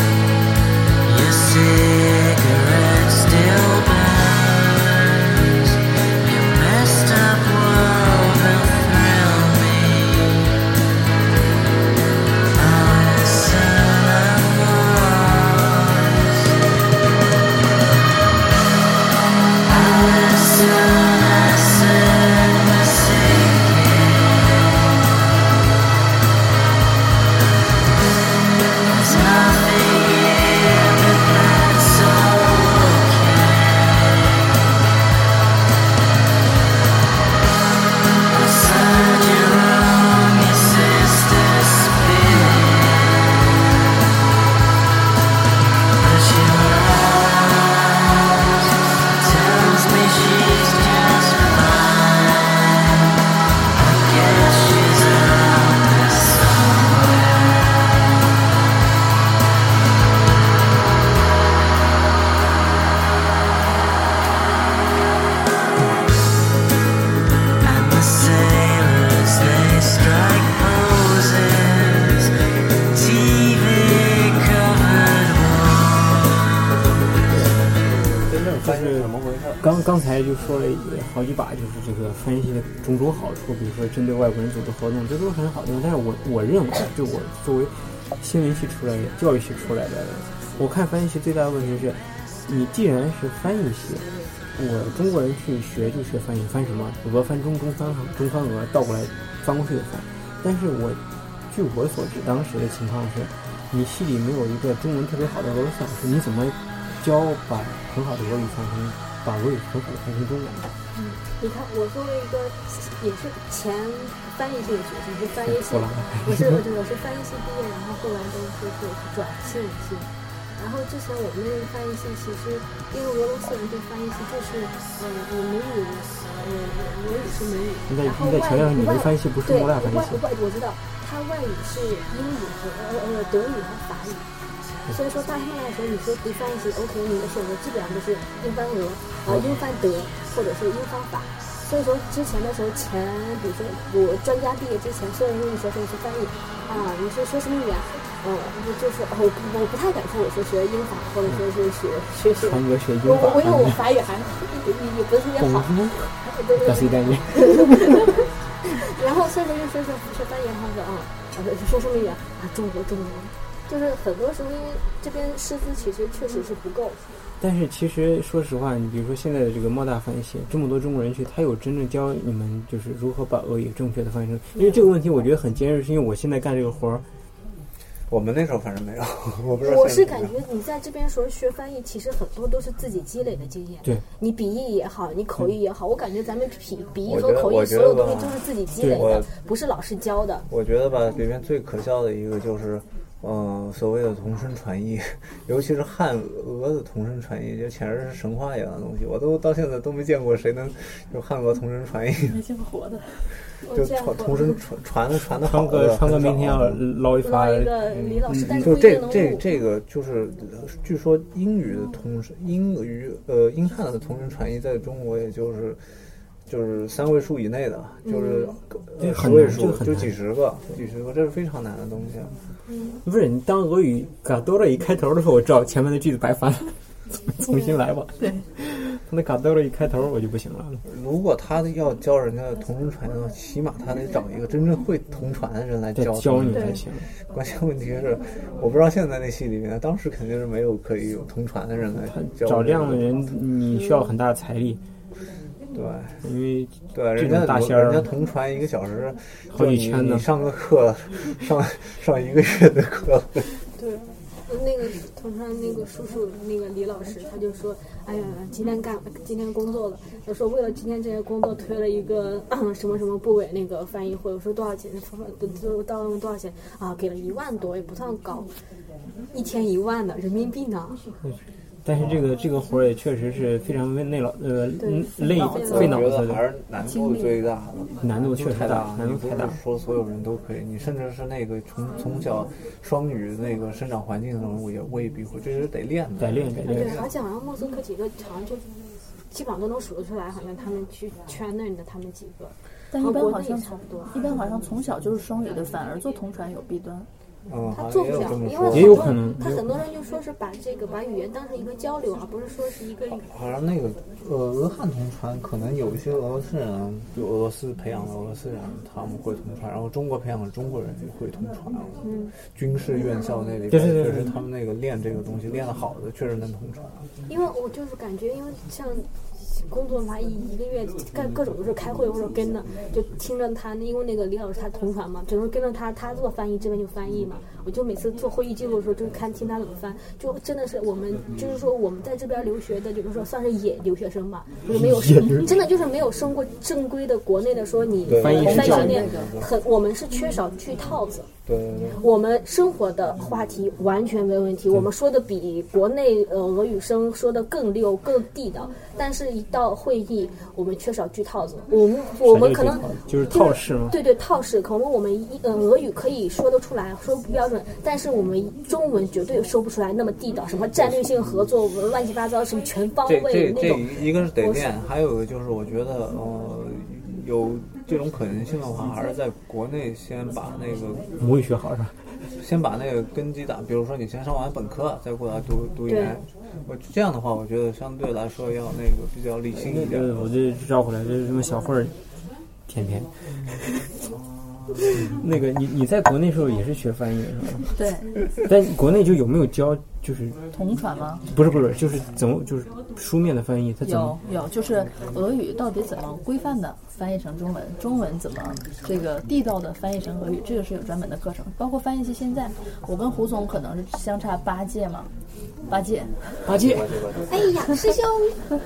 [SPEAKER 1] Your cigarette still burns. Your messed up world will thrill me. Listen I said mistaken There's nothing here but that's okay I said you're wrong, your sister's spinning But she lies, tells me she's just fine I guess she's out there somewhere And the sailors, they strike poses TV-covered walls
[SPEAKER 4] 真正翻
[SPEAKER 2] 就
[SPEAKER 4] 译
[SPEAKER 2] 是
[SPEAKER 4] 怎么回事儿？
[SPEAKER 2] 刚刚才就说了好几把，就是这个翻译的种种好处，比如说针对外国人组织活动，这都是很好的。但是我我认为，啊就我作为新闻系出来的、教育系出来的，我看翻译系最大的问题是，你既然是翻译系，我中国人去学就学翻译，翻什么？俄翻中，中翻俄，中翻俄，倒过来翻过去的翻。但是我据我所知，当时的情况是，你系里没有一个中文特别好的俄罗斯老师，你怎么教把很好的俄语翻成把俄语很好的翻成中文？
[SPEAKER 5] 你看，我作为一个也是前翻译系的学生，是翻译系
[SPEAKER 2] 错了，
[SPEAKER 5] 我是我对我是翻译系毕业，然后后来都是就是转信系。然后之前我们那个翻译系，其实因为俄罗斯人对翻译系就是，呃，我母语，呃，我语是母语
[SPEAKER 2] 你再，
[SPEAKER 5] 然后
[SPEAKER 2] 你再
[SPEAKER 5] 外
[SPEAKER 2] 强调一下你的
[SPEAKER 5] 外
[SPEAKER 2] 翻译系不是
[SPEAKER 5] 对
[SPEAKER 2] 莫大翻译
[SPEAKER 5] 外
[SPEAKER 2] 系
[SPEAKER 5] 外我知道，它外语是英语和呃呃德语和法语。所以说，大部分来说，你说读翻译系 OK，你的选择基本上就是英翻俄，呃，英翻德，或者是英翻法。所以说，之前的时候，前比如说我专家毕业之前，所有人跟你说说你去翻译啊，你说学什么语言？呃，我就是我我不太敢说，我说学英法，或者说是学学学。
[SPEAKER 2] 传俄学英
[SPEAKER 5] 我
[SPEAKER 2] 法
[SPEAKER 5] 我我因为我法语还也也不是特别
[SPEAKER 2] 红
[SPEAKER 5] 好，
[SPEAKER 2] 猪，
[SPEAKER 5] 对对
[SPEAKER 2] 那
[SPEAKER 5] 对
[SPEAKER 2] 谁。干的？
[SPEAKER 5] 然后所以说就说说说翻译，然后说啊，我说说什么语言啊？中国中国，就是很多时候因为这边师资其实确实是不够，
[SPEAKER 2] 但是其实说实话，你比如说现在的这个莫大翻译系，这么多中国人去，他有真正教你们就是如何把俄语正确的翻译成？因为这个问题我觉得很尖锐，是因为我现在干这个活儿，
[SPEAKER 4] 我们那时候反正没有，我不知道。
[SPEAKER 5] 我是感觉你在这边时候学翻译，其实很多都是自己积累的经验。
[SPEAKER 2] 对，
[SPEAKER 5] 你笔译也好，你口译也好，我感觉咱们笔笔译和
[SPEAKER 4] 嗯我觉得
[SPEAKER 5] 口译
[SPEAKER 4] 我
[SPEAKER 5] 所
[SPEAKER 4] 觉
[SPEAKER 5] 有
[SPEAKER 4] 得
[SPEAKER 5] 东西
[SPEAKER 4] 吧
[SPEAKER 5] 都是自己积累
[SPEAKER 4] 我
[SPEAKER 5] 的，不是老师教的。
[SPEAKER 4] 我觉得吧，里面最可笑的一个就是，呃，所谓的同声传译， *laughs* 尤其是汉俄的同声传译，就简直是神话一样的东西。我都到现在都没见过谁能就汉俄同声传译，
[SPEAKER 3] 没见过活的。
[SPEAKER 5] 我
[SPEAKER 4] 就
[SPEAKER 5] 见
[SPEAKER 4] 传
[SPEAKER 5] 过
[SPEAKER 4] 同声传传的传的
[SPEAKER 2] 川
[SPEAKER 4] 好的
[SPEAKER 2] 哥，
[SPEAKER 4] 哦
[SPEAKER 2] 川
[SPEAKER 4] 很
[SPEAKER 2] 哥
[SPEAKER 4] 少啊
[SPEAKER 2] 明天要捞一发
[SPEAKER 5] 捞一个李老师，但是
[SPEAKER 4] 嗯就
[SPEAKER 5] 不一定
[SPEAKER 4] 这
[SPEAKER 5] 能
[SPEAKER 4] 这
[SPEAKER 5] 录。
[SPEAKER 4] 这个就是，呃据说英语的同声英语呃英汉的同声传译在中国也就是就是三位数以内的，就是
[SPEAKER 5] 嗯
[SPEAKER 2] 这
[SPEAKER 4] 呃
[SPEAKER 2] 很
[SPEAKER 4] 十位
[SPEAKER 2] 难这
[SPEAKER 4] 数
[SPEAKER 2] 个很
[SPEAKER 4] 就
[SPEAKER 2] 难
[SPEAKER 4] 几十个几十个，这是非常难的东西。啊
[SPEAKER 2] 不是你当俄
[SPEAKER 5] *laughs*
[SPEAKER 2] 语嘎多了一开头的时候，我知道前面的句子白翻了，重新来吧。
[SPEAKER 3] 对，
[SPEAKER 2] 他那嘎兜儿一开头，我就不行了。
[SPEAKER 4] 如果他要教人家同声传的话，起码他得找一个真正会同传的人来
[SPEAKER 2] 再
[SPEAKER 4] 教他
[SPEAKER 2] 教
[SPEAKER 4] 们
[SPEAKER 2] 你才行。
[SPEAKER 4] 关键问题是，我不知道现在那戏里面，当时肯定是没有可以有同传的人来教
[SPEAKER 2] 找这样的
[SPEAKER 4] 人，
[SPEAKER 2] 人，你需要很大的财力，
[SPEAKER 4] 对
[SPEAKER 2] 因为
[SPEAKER 4] 对，啊
[SPEAKER 2] 这
[SPEAKER 4] 人
[SPEAKER 2] 种
[SPEAKER 4] 家
[SPEAKER 2] 大
[SPEAKER 4] 有
[SPEAKER 2] 仙儿
[SPEAKER 4] 人家同传一个小时，
[SPEAKER 2] 好几
[SPEAKER 4] 就
[SPEAKER 2] 千
[SPEAKER 4] 你
[SPEAKER 2] 呢
[SPEAKER 4] 你上个课，上上一个月的课，
[SPEAKER 5] 对，那个同川那个叔叔那个李老师，他就说，哎呀，今天干今天工作了，他说为了今天这些工作推了一个嗯什么什么部委那个翻译会，我说多少钱？不就到用多少钱啊？给了一万多，也不算高，一天一万的人民币呢。
[SPEAKER 2] 但是这个这个活儿也确实是非常为内脑呃
[SPEAKER 5] 对
[SPEAKER 2] 累
[SPEAKER 5] 脑子
[SPEAKER 2] 费脑
[SPEAKER 4] 我
[SPEAKER 2] 子
[SPEAKER 4] 觉得还
[SPEAKER 2] 的，
[SPEAKER 4] 是难度最大的。
[SPEAKER 2] 难度确实
[SPEAKER 4] 太
[SPEAKER 2] 大，难
[SPEAKER 4] 你
[SPEAKER 2] 度
[SPEAKER 4] 不
[SPEAKER 2] 太大
[SPEAKER 4] 是。说所有人都可以，你甚至是那个从从小双语那个生长环境中也未必会，这是得练的。
[SPEAKER 2] 得练得
[SPEAKER 5] 对
[SPEAKER 2] 练，
[SPEAKER 5] 而且好像莫斯科几个好像就基本上都能数得出来，好像他们去圈内的他们几个，
[SPEAKER 3] 但
[SPEAKER 5] 和
[SPEAKER 3] 一般
[SPEAKER 5] 国
[SPEAKER 3] 好
[SPEAKER 5] 内也
[SPEAKER 3] 像
[SPEAKER 5] 差不多。
[SPEAKER 3] 一般好像从小就是双语的，反而做同传有弊端。
[SPEAKER 4] 嗯，
[SPEAKER 5] 他
[SPEAKER 4] 好
[SPEAKER 5] 做
[SPEAKER 4] 像
[SPEAKER 5] 不
[SPEAKER 4] 也
[SPEAKER 5] 了因
[SPEAKER 4] 有这，么
[SPEAKER 5] 为
[SPEAKER 4] 说。
[SPEAKER 2] 也有可能
[SPEAKER 5] 他很多人就说是把这个把语言当成一个交流，而不是说是一个语
[SPEAKER 4] 好像那个呃俄汉同传，可能有一些俄罗斯人啊，就俄罗斯培养的俄罗斯人，他们会同传，然后中国培养的中国人也会同传。嗯，军事院校那里边，
[SPEAKER 2] 对对对
[SPEAKER 4] 确实
[SPEAKER 2] 对对
[SPEAKER 4] 他们那个练这个东西练得好的，确实能同传。啊
[SPEAKER 5] 因为我就是感觉，因为像工作嘛，一一个月干各种都是开会或者跟着，就听着他，因为那个李老师他同传嘛，只能跟着他，他做翻译这边就翻译嘛。我就每次做会议记录的时候，就是看听他怎么翻，就真的是我们就是说我们在这边留学的，有的时候算是野留学生吧，就是
[SPEAKER 2] *laughs*
[SPEAKER 5] 没有真的就是没有生过正规的国内的说你
[SPEAKER 4] 对
[SPEAKER 5] 翻
[SPEAKER 4] 翻
[SPEAKER 5] 译
[SPEAKER 4] 译
[SPEAKER 2] 是教育
[SPEAKER 5] 训练，很我们是缺少去套子。
[SPEAKER 4] 对对对。
[SPEAKER 5] 我们生活的话题完全没问题，我们说的比国内呃俄语生说的更溜更地道，但是一到会议，我们缺少句套子，
[SPEAKER 2] 嗯
[SPEAKER 5] 我们我们可能
[SPEAKER 2] 就是套式嘛
[SPEAKER 5] 对对套式，可能我们一呃俄语可以说得出来，说不标准，但是我们中文绝对说不出来那么地道，什么战略性合作，乱七八糟，什么全方
[SPEAKER 4] 这
[SPEAKER 5] 位
[SPEAKER 4] 这
[SPEAKER 5] 那
[SPEAKER 4] 这
[SPEAKER 5] 种，
[SPEAKER 4] 一个是得
[SPEAKER 5] 我是
[SPEAKER 4] 练，还有一个就是我觉得呃有这种可能性的话，还是在国内先把那个
[SPEAKER 2] 母语学好是吧？
[SPEAKER 4] 先把那个根基打，比如说你先上完本科，再过来读读研
[SPEAKER 5] 对。
[SPEAKER 4] 我这样的话，我觉得相对来说要那个比较理性一点。
[SPEAKER 2] 呃，我这绕回来，这是什么小慧儿，甜甜。 *laughs* 那个，你你在国内时候也是学翻译的是吧？
[SPEAKER 3] 对，
[SPEAKER 2] 但国内就有没有教，就是
[SPEAKER 3] 同传吗？
[SPEAKER 2] 不是不是，就是怎么就是书面的翻译，它怎
[SPEAKER 3] 有
[SPEAKER 2] 么
[SPEAKER 3] 有，就是俄语到底怎么规范的翻译成中文，中文怎么这个地道的翻译成俄语，这个是有专门的课程，包括翻译系。现在我跟胡总可能是相差八届嘛，八届，
[SPEAKER 2] 八戒
[SPEAKER 5] 哎呀，师兄，
[SPEAKER 3] *laughs*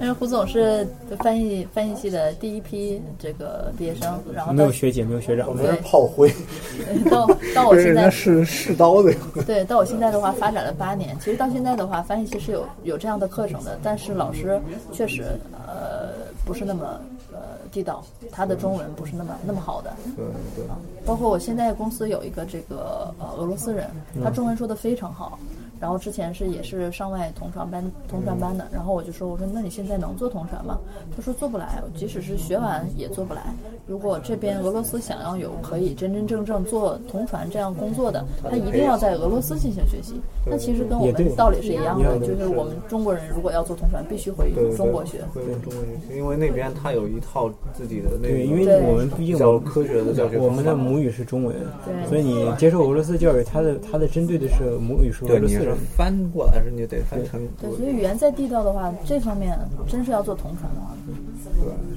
[SPEAKER 3] 但是胡总是翻译翻译系的第一批这个毕业生，然后
[SPEAKER 2] 没
[SPEAKER 3] 到
[SPEAKER 2] 有学姐没有学长，
[SPEAKER 4] 我们是炮灰，
[SPEAKER 3] *laughs* 到到我
[SPEAKER 4] 被
[SPEAKER 3] 现
[SPEAKER 4] 人家
[SPEAKER 3] 在
[SPEAKER 4] 试试刀的。
[SPEAKER 3] *laughs* 对，到我现在的话，发展了八年。其实到现在的话，翻译其实有有这样的课程的，但是老师确实呃不是那么呃地道，他的中文不是那么那么好的。
[SPEAKER 4] 对对，
[SPEAKER 3] 包括我现在公司有一个这个呃俄罗斯人，他中文说的非常好。然后之前是也是上外同传班同传班的，然后我就说我说那你现在能做同传吗？他说做不来，即使是学完也做不来。如果这边俄罗斯想要有可以真真正正做同传这样工作的，他一定要在俄罗斯进行学习。那其实跟我
[SPEAKER 2] 也对
[SPEAKER 3] 们道理是一样的，
[SPEAKER 4] 一样的
[SPEAKER 3] 就是
[SPEAKER 4] 是
[SPEAKER 3] 我们中国人如果要做同传，必须回
[SPEAKER 4] 对
[SPEAKER 3] 中国学。
[SPEAKER 4] 会用中国学，因为那边他有一套自己的那个
[SPEAKER 2] 对，因为
[SPEAKER 3] 对
[SPEAKER 2] 我们毕
[SPEAKER 4] 比
[SPEAKER 2] 竟
[SPEAKER 4] 较
[SPEAKER 2] 我
[SPEAKER 4] 科学的教学
[SPEAKER 2] 我
[SPEAKER 4] 方
[SPEAKER 2] 们
[SPEAKER 4] 法
[SPEAKER 2] 的。母语是中文，
[SPEAKER 3] 对
[SPEAKER 2] 所以你接受俄罗斯教育，它的它的针对的是母语是俄
[SPEAKER 4] 对，
[SPEAKER 2] 罗
[SPEAKER 4] 你
[SPEAKER 2] 斯
[SPEAKER 4] 是
[SPEAKER 2] 人，
[SPEAKER 4] 翻过来是你得翻成
[SPEAKER 3] 对，所以语言在地道的话，这方面真是要做同传的话，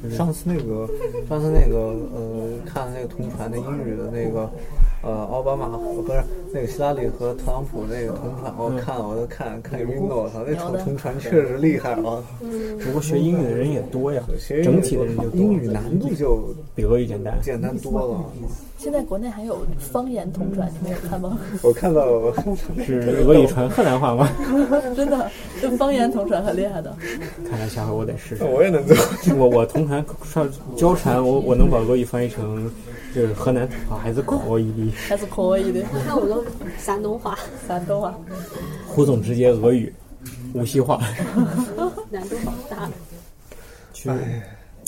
[SPEAKER 4] 对，上次那个， *laughs* 上次那个，呃，看那个同传的英语的那个，呃，奥巴马和不是那个希拉里和特朗普那个同传，
[SPEAKER 2] 嗯
[SPEAKER 4] 我看我都看看晕了，我操，那同同传确实厉害啊！
[SPEAKER 2] 不过学英语的人也多呀
[SPEAKER 4] 学，
[SPEAKER 2] 整体的人就多
[SPEAKER 4] 英语难度就
[SPEAKER 2] 比俄语简单。
[SPEAKER 4] 简单多了。
[SPEAKER 3] 现在国内还有方言同传，你们有看吗？ *laughs*
[SPEAKER 4] 我看到我 *laughs* 看到那
[SPEAKER 2] 是
[SPEAKER 4] 个
[SPEAKER 2] 俄语传荷兰话吗？
[SPEAKER 3] 真的，这方言同传很厉害的。
[SPEAKER 2] 看来下回我得试试。
[SPEAKER 4] 我也能做，
[SPEAKER 2] 我我同传上交传，我我能把俄语翻译成就是河南土话，还是口音。
[SPEAKER 3] 还是可以的，
[SPEAKER 5] 看我都山东话、
[SPEAKER 3] 山东啊，
[SPEAKER 2] 胡总直接俄语，无锡话。
[SPEAKER 5] 南东话大。
[SPEAKER 2] 去，哎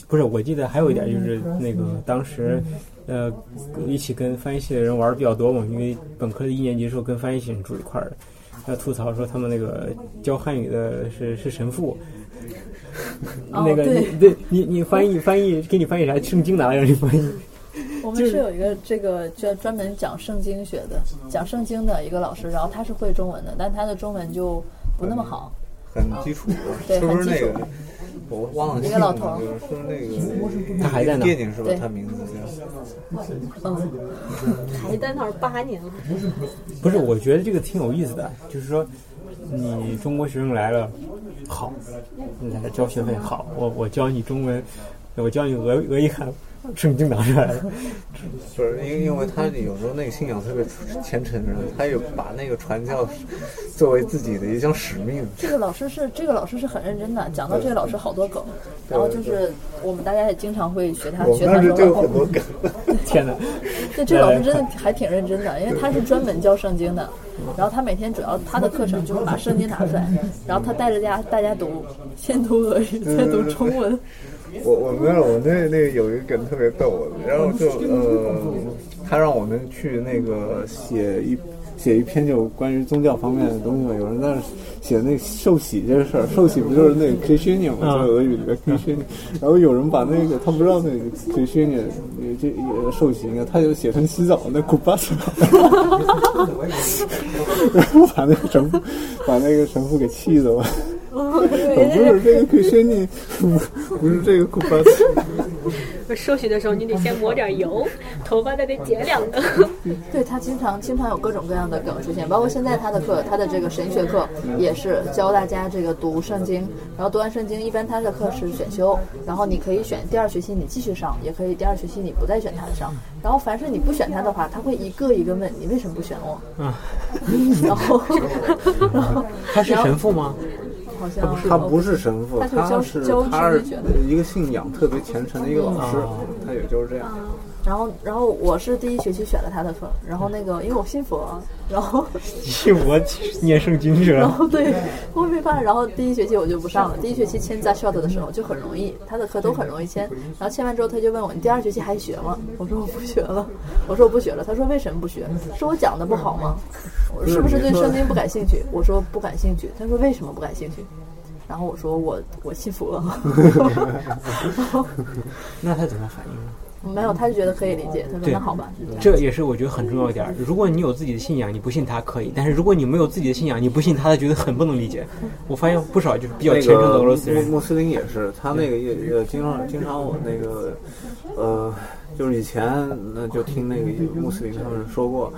[SPEAKER 2] 不是，我记得还有一点
[SPEAKER 3] 嗯
[SPEAKER 2] 就是那个当时，呃，一起跟翻译系的人玩的比较多嘛，因为本科一年级的时候跟翻译系人住一块儿的，他吐槽说他们那个教汉语的是是神父，
[SPEAKER 3] 哦
[SPEAKER 2] 那个
[SPEAKER 3] 对
[SPEAKER 2] 你对你你翻译翻译给你翻译啥圣经拿来让你翻译，
[SPEAKER 3] 我
[SPEAKER 2] 就
[SPEAKER 3] 们
[SPEAKER 2] 是
[SPEAKER 3] 是有一个这个专专门讲圣经学的，讲圣经的一个老师，然后他是会中文的，但他的中文就不那么好。
[SPEAKER 4] 很基础，
[SPEAKER 3] 对
[SPEAKER 4] 是不是
[SPEAKER 3] 很
[SPEAKER 4] 那
[SPEAKER 3] 基础
[SPEAKER 4] 个？我忘了
[SPEAKER 3] 一
[SPEAKER 4] 姓
[SPEAKER 3] 个老
[SPEAKER 4] 了，
[SPEAKER 3] 头儿
[SPEAKER 4] 就是是不是那个
[SPEAKER 2] 他还在呢
[SPEAKER 4] 电影是吧
[SPEAKER 3] 对？
[SPEAKER 4] 他名字叫
[SPEAKER 3] 嗯，
[SPEAKER 5] 还在那儿八年了，
[SPEAKER 2] 不是？我觉得这个挺有意思的，就是说你中国学生来了好，你来交学费好，我我教你中文，我教你俄俄语汉，圣经拿出来了，
[SPEAKER 4] 不是因为因为他有时候那个信仰特别虔诚，然后他也把那个传教作为自己的一项使命。
[SPEAKER 3] 这个老师是这个老师是很认真的，讲到这个老师好多梗，然后就是我们大家也经常会学他
[SPEAKER 4] 我们
[SPEAKER 3] 学他
[SPEAKER 4] 当时
[SPEAKER 3] 说
[SPEAKER 4] 就有
[SPEAKER 3] 话
[SPEAKER 4] 很多梗，
[SPEAKER 2] 天哪！
[SPEAKER 3] 对，这老师真的还挺认真的，因为他是专门教圣经的，然后他每天主要他的课程就是把圣经拿出来，然后他带着大家大家读，先读俄语，再读
[SPEAKER 4] 嗯
[SPEAKER 3] 中文，
[SPEAKER 4] 我我没有，我那那个有一个梗特别逗，然后就呃，他让我们去那个写一写一篇就关于宗教方面的东西嘛，有人在那写那受洗这个事儿，受洗不就是那个 christian 嘛，就是俄语里的 christian，然后有人把那个他不知道那个 christian 也这也受洗应该，他就写成洗澡 *laughs* 那 kubasa，然后把那个神父把那个神父给气的了。不是这个 christian，不不是这个 kubasa。
[SPEAKER 6] 收洗的时候你得先抹点油，头发再得剪两个。
[SPEAKER 3] 对他经常经常有各种各样的梗出现，包括现在他的课，他的这个神学课也是教大家这个读圣经，然后读完圣经，一般他的课是选修，然后你可以选第二学期你继续上，也可以第二学期你不再选他的上，然后凡是你不选他的话，他会一个一个问你为什么不选我，
[SPEAKER 4] 啊
[SPEAKER 3] *laughs* 然
[SPEAKER 4] *laughs*
[SPEAKER 3] 后然后
[SPEAKER 2] 他是神父吗？ *laughs*
[SPEAKER 3] 好像
[SPEAKER 4] 他不是神父，
[SPEAKER 3] 他是教教
[SPEAKER 4] 他是他是
[SPEAKER 3] 区域学的
[SPEAKER 4] 一个信仰特别虔诚的一个老师，他也就是这样。
[SPEAKER 3] 然后然后我是第一学期选了他的课，然后那个因为我信佛，然后。
[SPEAKER 2] 是我念圣经是
[SPEAKER 3] 然
[SPEAKER 2] 吧？
[SPEAKER 3] 后对，我没办法。然后第一学期我就不上了。第一学期签 z a shot 的时候就很容易，他的课都很容易签。然后签完之后，他就问我：“你第二学期还学吗？”我说：“我不学了。”我说：“我不学了。”他说：“为什么不学？是我讲的不好吗？我是不是对圣经不感兴趣？”我说：“不感兴趣。”他说：“为什么不感兴趣？”然后我说我我信佛了，然后
[SPEAKER 2] 那他怎么反应呢？
[SPEAKER 3] *laughs* 没有，他就觉得可以理解。他说
[SPEAKER 2] 对
[SPEAKER 3] 那好吧，就这样。
[SPEAKER 2] 这也是我觉得很重要一点儿。如果你有自己的信仰，你不信他可以；但是如果你没有自己的信仰，你不信他，他觉得很不能理解。我发现不少就是比较虔诚的俄罗斯
[SPEAKER 4] 穆
[SPEAKER 2] 人，
[SPEAKER 4] 穆斯林也是，他那个也也经常经常我那个，呃，就是以前那就听那个穆斯林他们说过，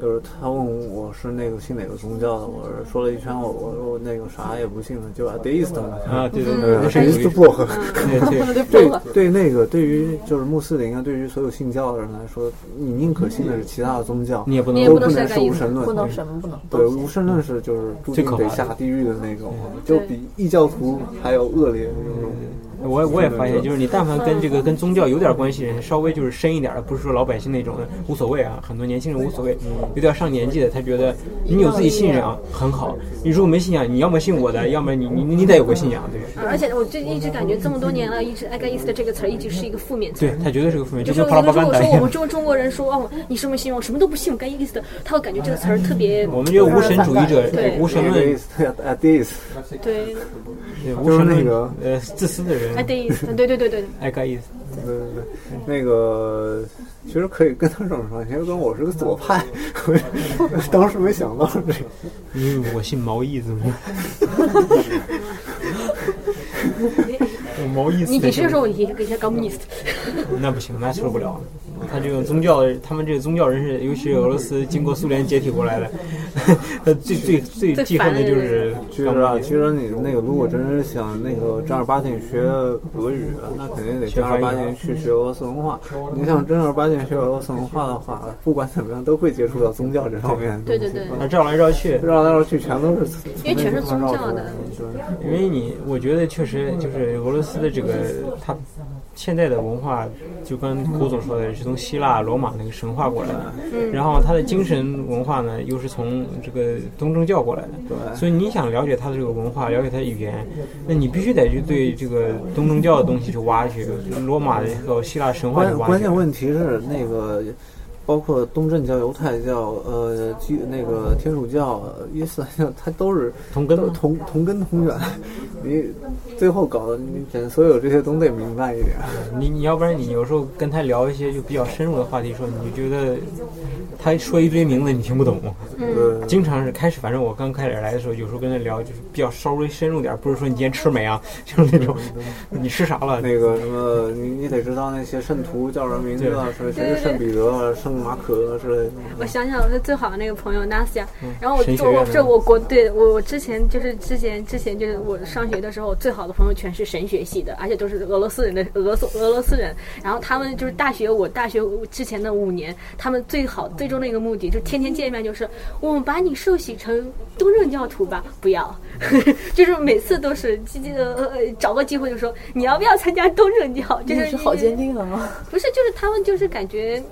[SPEAKER 4] 就是他问我是那个信哪个宗教的，我说了一圈，我我说我那个啥也不信了，就 atheist 嘛。
[SPEAKER 2] 啊，对对对，
[SPEAKER 4] 呃
[SPEAKER 2] 那是
[SPEAKER 4] ，atheist
[SPEAKER 2] 有
[SPEAKER 4] 不合。
[SPEAKER 2] 对对
[SPEAKER 3] 对
[SPEAKER 4] 对
[SPEAKER 3] 疯了，
[SPEAKER 4] 对，那个对于就是穆斯林啊，对于所有信教的人来说，你宁可信的是其他的宗教，
[SPEAKER 2] 你也不
[SPEAKER 6] 你
[SPEAKER 2] 能
[SPEAKER 6] 也
[SPEAKER 4] 都
[SPEAKER 6] 不
[SPEAKER 4] 不
[SPEAKER 6] 能
[SPEAKER 4] 能
[SPEAKER 6] 晒
[SPEAKER 4] 是
[SPEAKER 6] 干
[SPEAKER 4] 无
[SPEAKER 6] 衣服
[SPEAKER 4] 神论，嗯
[SPEAKER 3] 不能什么不能
[SPEAKER 4] 对，
[SPEAKER 3] 都
[SPEAKER 4] 无
[SPEAKER 3] 行。
[SPEAKER 4] 神论是就是注
[SPEAKER 2] 最
[SPEAKER 4] 定
[SPEAKER 2] 可
[SPEAKER 4] 得
[SPEAKER 2] 怕的
[SPEAKER 4] 下地狱的那种，就比异教徒还要恶劣的那种。
[SPEAKER 2] 我我也发现，就是你但凡跟这个跟宗教有点关系的人，稍微就是深一点的，不是说老百姓那种的无所谓啊。很多年轻人无所谓，有点上年纪的，他觉得你有自己信仰很好。你如果没信仰，你要么信我的，要么你你你得有个信仰，对。
[SPEAKER 6] 而且我就一直感觉这么多年了，一直 a g a i s t 这个词儿一直是一个负面词。
[SPEAKER 2] 对他绝对是个负面，
[SPEAKER 6] 就
[SPEAKER 2] 就
[SPEAKER 6] 我
[SPEAKER 2] 是跟帕拉
[SPEAKER 6] 有的
[SPEAKER 2] 巴
[SPEAKER 6] 时候我
[SPEAKER 2] 干达
[SPEAKER 6] 说
[SPEAKER 2] 一
[SPEAKER 6] 我
[SPEAKER 2] 样
[SPEAKER 6] 们。中中国人说哦，你什么形容什么都不信，我干 a g a i s t 他会感觉这个词儿特别
[SPEAKER 2] *laughs* 我们觉得无神主义者
[SPEAKER 6] 对、
[SPEAKER 2] 无神论、
[SPEAKER 4] *laughs* atheist，atheist，
[SPEAKER 6] 对
[SPEAKER 2] 对无
[SPEAKER 4] 就是
[SPEAKER 2] 神
[SPEAKER 4] 那
[SPEAKER 2] 论
[SPEAKER 4] 个
[SPEAKER 2] 呃自私的人
[SPEAKER 6] a，d e i s t 对对对对，
[SPEAKER 2] 爱干意思。
[SPEAKER 4] 对对对，那个其实可以跟他这么说，其实跟我是个左派， *laughs* 我当时没想到这个。
[SPEAKER 2] 因为我信毛意思嘛， *laughs* 我毛意思。
[SPEAKER 6] 你你这时候你给他 communist，
[SPEAKER 2] 那不行，那受不了了。他这个宗教，他们这个宗教人士，尤其是俄罗斯经过苏联解体过来的， *laughs* 他最最最
[SPEAKER 6] 最
[SPEAKER 2] 记恨
[SPEAKER 6] 烦
[SPEAKER 2] 的
[SPEAKER 6] 的
[SPEAKER 2] 就是
[SPEAKER 4] 其实啊，其实你那个如果真是想那个正儿八经学俄语，那肯定得正儿八经去学俄罗斯文化。你想正儿八经学俄罗斯文化的话，不管怎么样都会接触到宗教这方面的东西。
[SPEAKER 6] 对对对
[SPEAKER 2] 那绕来绕去，
[SPEAKER 4] 绕来绕去全都是，
[SPEAKER 6] 因为全是宗教的
[SPEAKER 4] 对。
[SPEAKER 2] 因为你，我觉得确实就是俄罗斯的这个，它现在的文化，就跟古总说的，是从希腊、罗马那个神话过来的。然后它的精神文化呢，又是从这个东正教过来的。
[SPEAKER 4] 对
[SPEAKER 2] 所以你想了解它的这个文化，了解它的语言，那你必须得去对这个东正教的东西去挖掘，罗马的和希腊神话去
[SPEAKER 4] 关
[SPEAKER 2] 挖掘。
[SPEAKER 4] 关键问题是那个。包括东正教、犹太教、呃，基那个天主教、呃伊斯兰教，它都是
[SPEAKER 2] 同根
[SPEAKER 4] 都是
[SPEAKER 2] 吗
[SPEAKER 4] 同同根同源。你最后搞的，你简直所有这些都得明白一点。
[SPEAKER 2] 你你要不然你有时候跟他聊一些就比较深入的话题的时候，你就觉得他说一堆名字你听不懂。
[SPEAKER 3] 嗯
[SPEAKER 4] 对，
[SPEAKER 2] 经常是开始，反正我刚开始来的时候，有时候跟他聊就是比较稍微深入点儿，不是说你今天吃没啊，就是那种你吃啥了
[SPEAKER 4] 那个什么，你你得知道那些圣徒叫什么名字啊，谁谁是圣彼得啊、圣马可啊之类的。
[SPEAKER 5] 我想想，我是最好的那个朋友 Nastia，然后
[SPEAKER 2] 嗯
[SPEAKER 5] 我
[SPEAKER 2] 神学
[SPEAKER 5] 我
[SPEAKER 2] 院
[SPEAKER 5] 我
[SPEAKER 2] 的
[SPEAKER 5] 这我国对我我之前就是之前之前就是我上学的时候，最好的朋友全是神学系的，而且都是俄罗斯人的俄罗斯俄罗斯人。然后他们就是大学我大学之前的五年，他们最好最终的一个目的就天天见面就是我们把你受洗成东正教徒吧，不要， *laughs* 就是每次都是积极的呃找个机会就说你要不要参加东正教，就
[SPEAKER 3] 真的
[SPEAKER 5] 是
[SPEAKER 3] 是好坚定啊！
[SPEAKER 5] 不是就是他们就是感觉。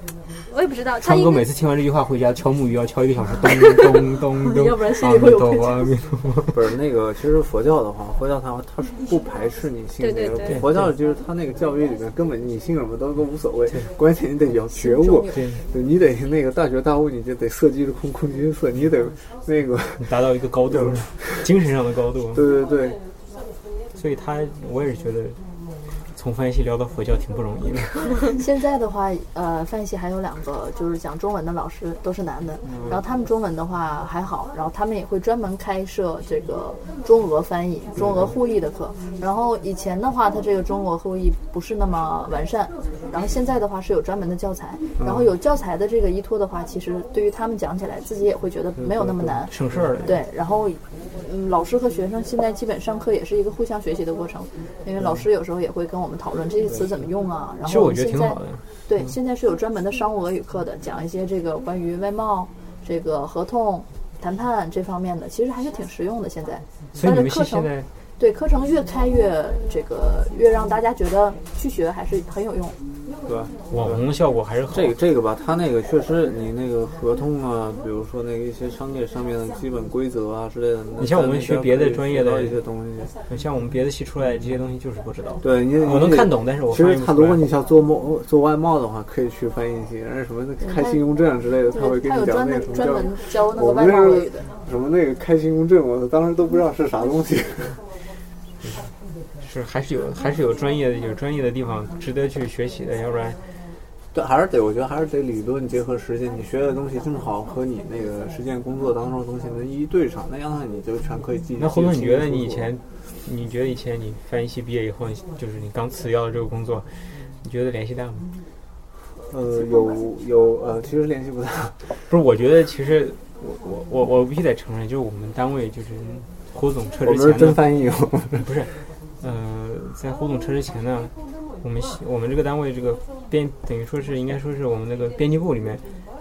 [SPEAKER 5] 我也不知道，他
[SPEAKER 2] 昌
[SPEAKER 5] 应
[SPEAKER 2] 哥
[SPEAKER 5] 该
[SPEAKER 2] 每次听完这句话回家敲木鱼要敲一个
[SPEAKER 4] *laughs*
[SPEAKER 2] 小时，咚咚咚啊咚，
[SPEAKER 3] *laughs* 要不然心里会有愧疚
[SPEAKER 2] 阿弥陀佛。阿弥陀佛
[SPEAKER 4] 不是那个，其实佛教的话，佛教它它是不排斥你信
[SPEAKER 5] 对对
[SPEAKER 4] 那
[SPEAKER 5] 对
[SPEAKER 4] 个，佛教就是它那个教育里面根本你信什么都都无所谓，关键你得有觉
[SPEAKER 3] 心中
[SPEAKER 4] 悟
[SPEAKER 3] 有，
[SPEAKER 2] 对，
[SPEAKER 4] 对你得那个大觉大悟，你就得色即是空，空即是色，你得那
[SPEAKER 2] *laughs*
[SPEAKER 4] 个， *laughs*
[SPEAKER 2] 你达到一个高度， *laughs* 精神上的高度。
[SPEAKER 4] 对对对，
[SPEAKER 2] 所以他，我也是觉得从翻译系聊到佛教挺不容易的。
[SPEAKER 3] *laughs* 现在的话，呃，范系还有两个就是讲中文的老师都是男的，然后他们中文的话还好，然后他们也会专门开设这个中俄翻译、中俄互译的课。然后以前的话，它这个中俄互译不是那么完善，然后现在的话是有专门的教材，然后有教材的这个依托的话，其实对于他们讲起来，自己也会觉得没有那么难。
[SPEAKER 2] 省事儿了。
[SPEAKER 3] 嗯对，然后，嗯，老师和学生现在基本上课也是一个互相学习的过程，因为老师有时候也会跟我们讨论这些词怎么用啊。然
[SPEAKER 2] 其实
[SPEAKER 3] 后
[SPEAKER 2] 我
[SPEAKER 3] 们
[SPEAKER 2] 觉得
[SPEAKER 3] 现
[SPEAKER 2] 挺
[SPEAKER 3] 在
[SPEAKER 2] 好的。
[SPEAKER 3] 对，现在是有专门的商务俄语课的，讲一些这个关于外贸、这个合同、谈判这方面的，其实还是挺实用的。现在，
[SPEAKER 2] 所以
[SPEAKER 3] 但
[SPEAKER 2] 你
[SPEAKER 3] 是
[SPEAKER 2] 们系
[SPEAKER 3] 课
[SPEAKER 2] 现
[SPEAKER 3] 程
[SPEAKER 2] 在
[SPEAKER 3] 对课程越开越这个越让大家觉得去学还是很有用。
[SPEAKER 4] 对吧？
[SPEAKER 2] 网红的效果还是好。
[SPEAKER 4] 这个这个吧，它那个确实，你那个合同啊，比如说那个一些商业上面的基本规则啊之类的，
[SPEAKER 2] 你像我们学别的专业的
[SPEAKER 4] 在那边可以学到一些东西，
[SPEAKER 2] 像我们别的系出来的这些东西就是不知道。
[SPEAKER 4] 对你
[SPEAKER 2] 我能看懂但是我
[SPEAKER 4] 其
[SPEAKER 2] 翻
[SPEAKER 4] 实
[SPEAKER 2] 译不
[SPEAKER 4] 他
[SPEAKER 2] 出
[SPEAKER 4] 如
[SPEAKER 2] 来
[SPEAKER 4] 果你想做贸做外贸的话，可以去翻译系，然后什么开信用证之类的，他会
[SPEAKER 3] 对，
[SPEAKER 4] 给
[SPEAKER 3] 他
[SPEAKER 4] 你
[SPEAKER 3] 有
[SPEAKER 4] 讲
[SPEAKER 3] 专
[SPEAKER 4] 那个
[SPEAKER 3] 门
[SPEAKER 4] 什么
[SPEAKER 3] 专
[SPEAKER 4] 叫
[SPEAKER 3] 门教那个
[SPEAKER 4] 我
[SPEAKER 3] 外
[SPEAKER 4] 们
[SPEAKER 3] 贸俄
[SPEAKER 4] 那
[SPEAKER 3] 语
[SPEAKER 4] 是
[SPEAKER 3] 的。
[SPEAKER 4] 什么那个开信用证，我当时都不知道是啥东西。 *laughs*
[SPEAKER 2] 是还是有还是有专业的有专业的地方值得去学习的，要不然
[SPEAKER 4] 对，还是得，我觉得还是得理论结合实践。你学的东西正好和你那个实践工作当中的东西能一一对上，那样的话你就全可以记。
[SPEAKER 2] 那
[SPEAKER 4] 记
[SPEAKER 2] 胡
[SPEAKER 4] 得
[SPEAKER 2] 总，你
[SPEAKER 4] 清
[SPEAKER 2] 觉得
[SPEAKER 4] 清楚
[SPEAKER 2] 你以
[SPEAKER 4] 楚
[SPEAKER 2] 前，你觉得以前你翻译系毕业以后，就是你刚辞掉的这个工作，你觉得联系大吗？
[SPEAKER 4] 呃有有呃，其实联系不大。
[SPEAKER 2] 不是，我觉得其实我我我我必须得承认，就是我们单位就是胡总撤
[SPEAKER 4] 我
[SPEAKER 2] 职
[SPEAKER 4] 们是
[SPEAKER 2] 前
[SPEAKER 4] 真
[SPEAKER 2] 呢，
[SPEAKER 4] 翻译哦，
[SPEAKER 2] 不是，呃，在胡总撤职前呢，我们系我们这个单位这个编等于说是应该说是我们那个编辑部里面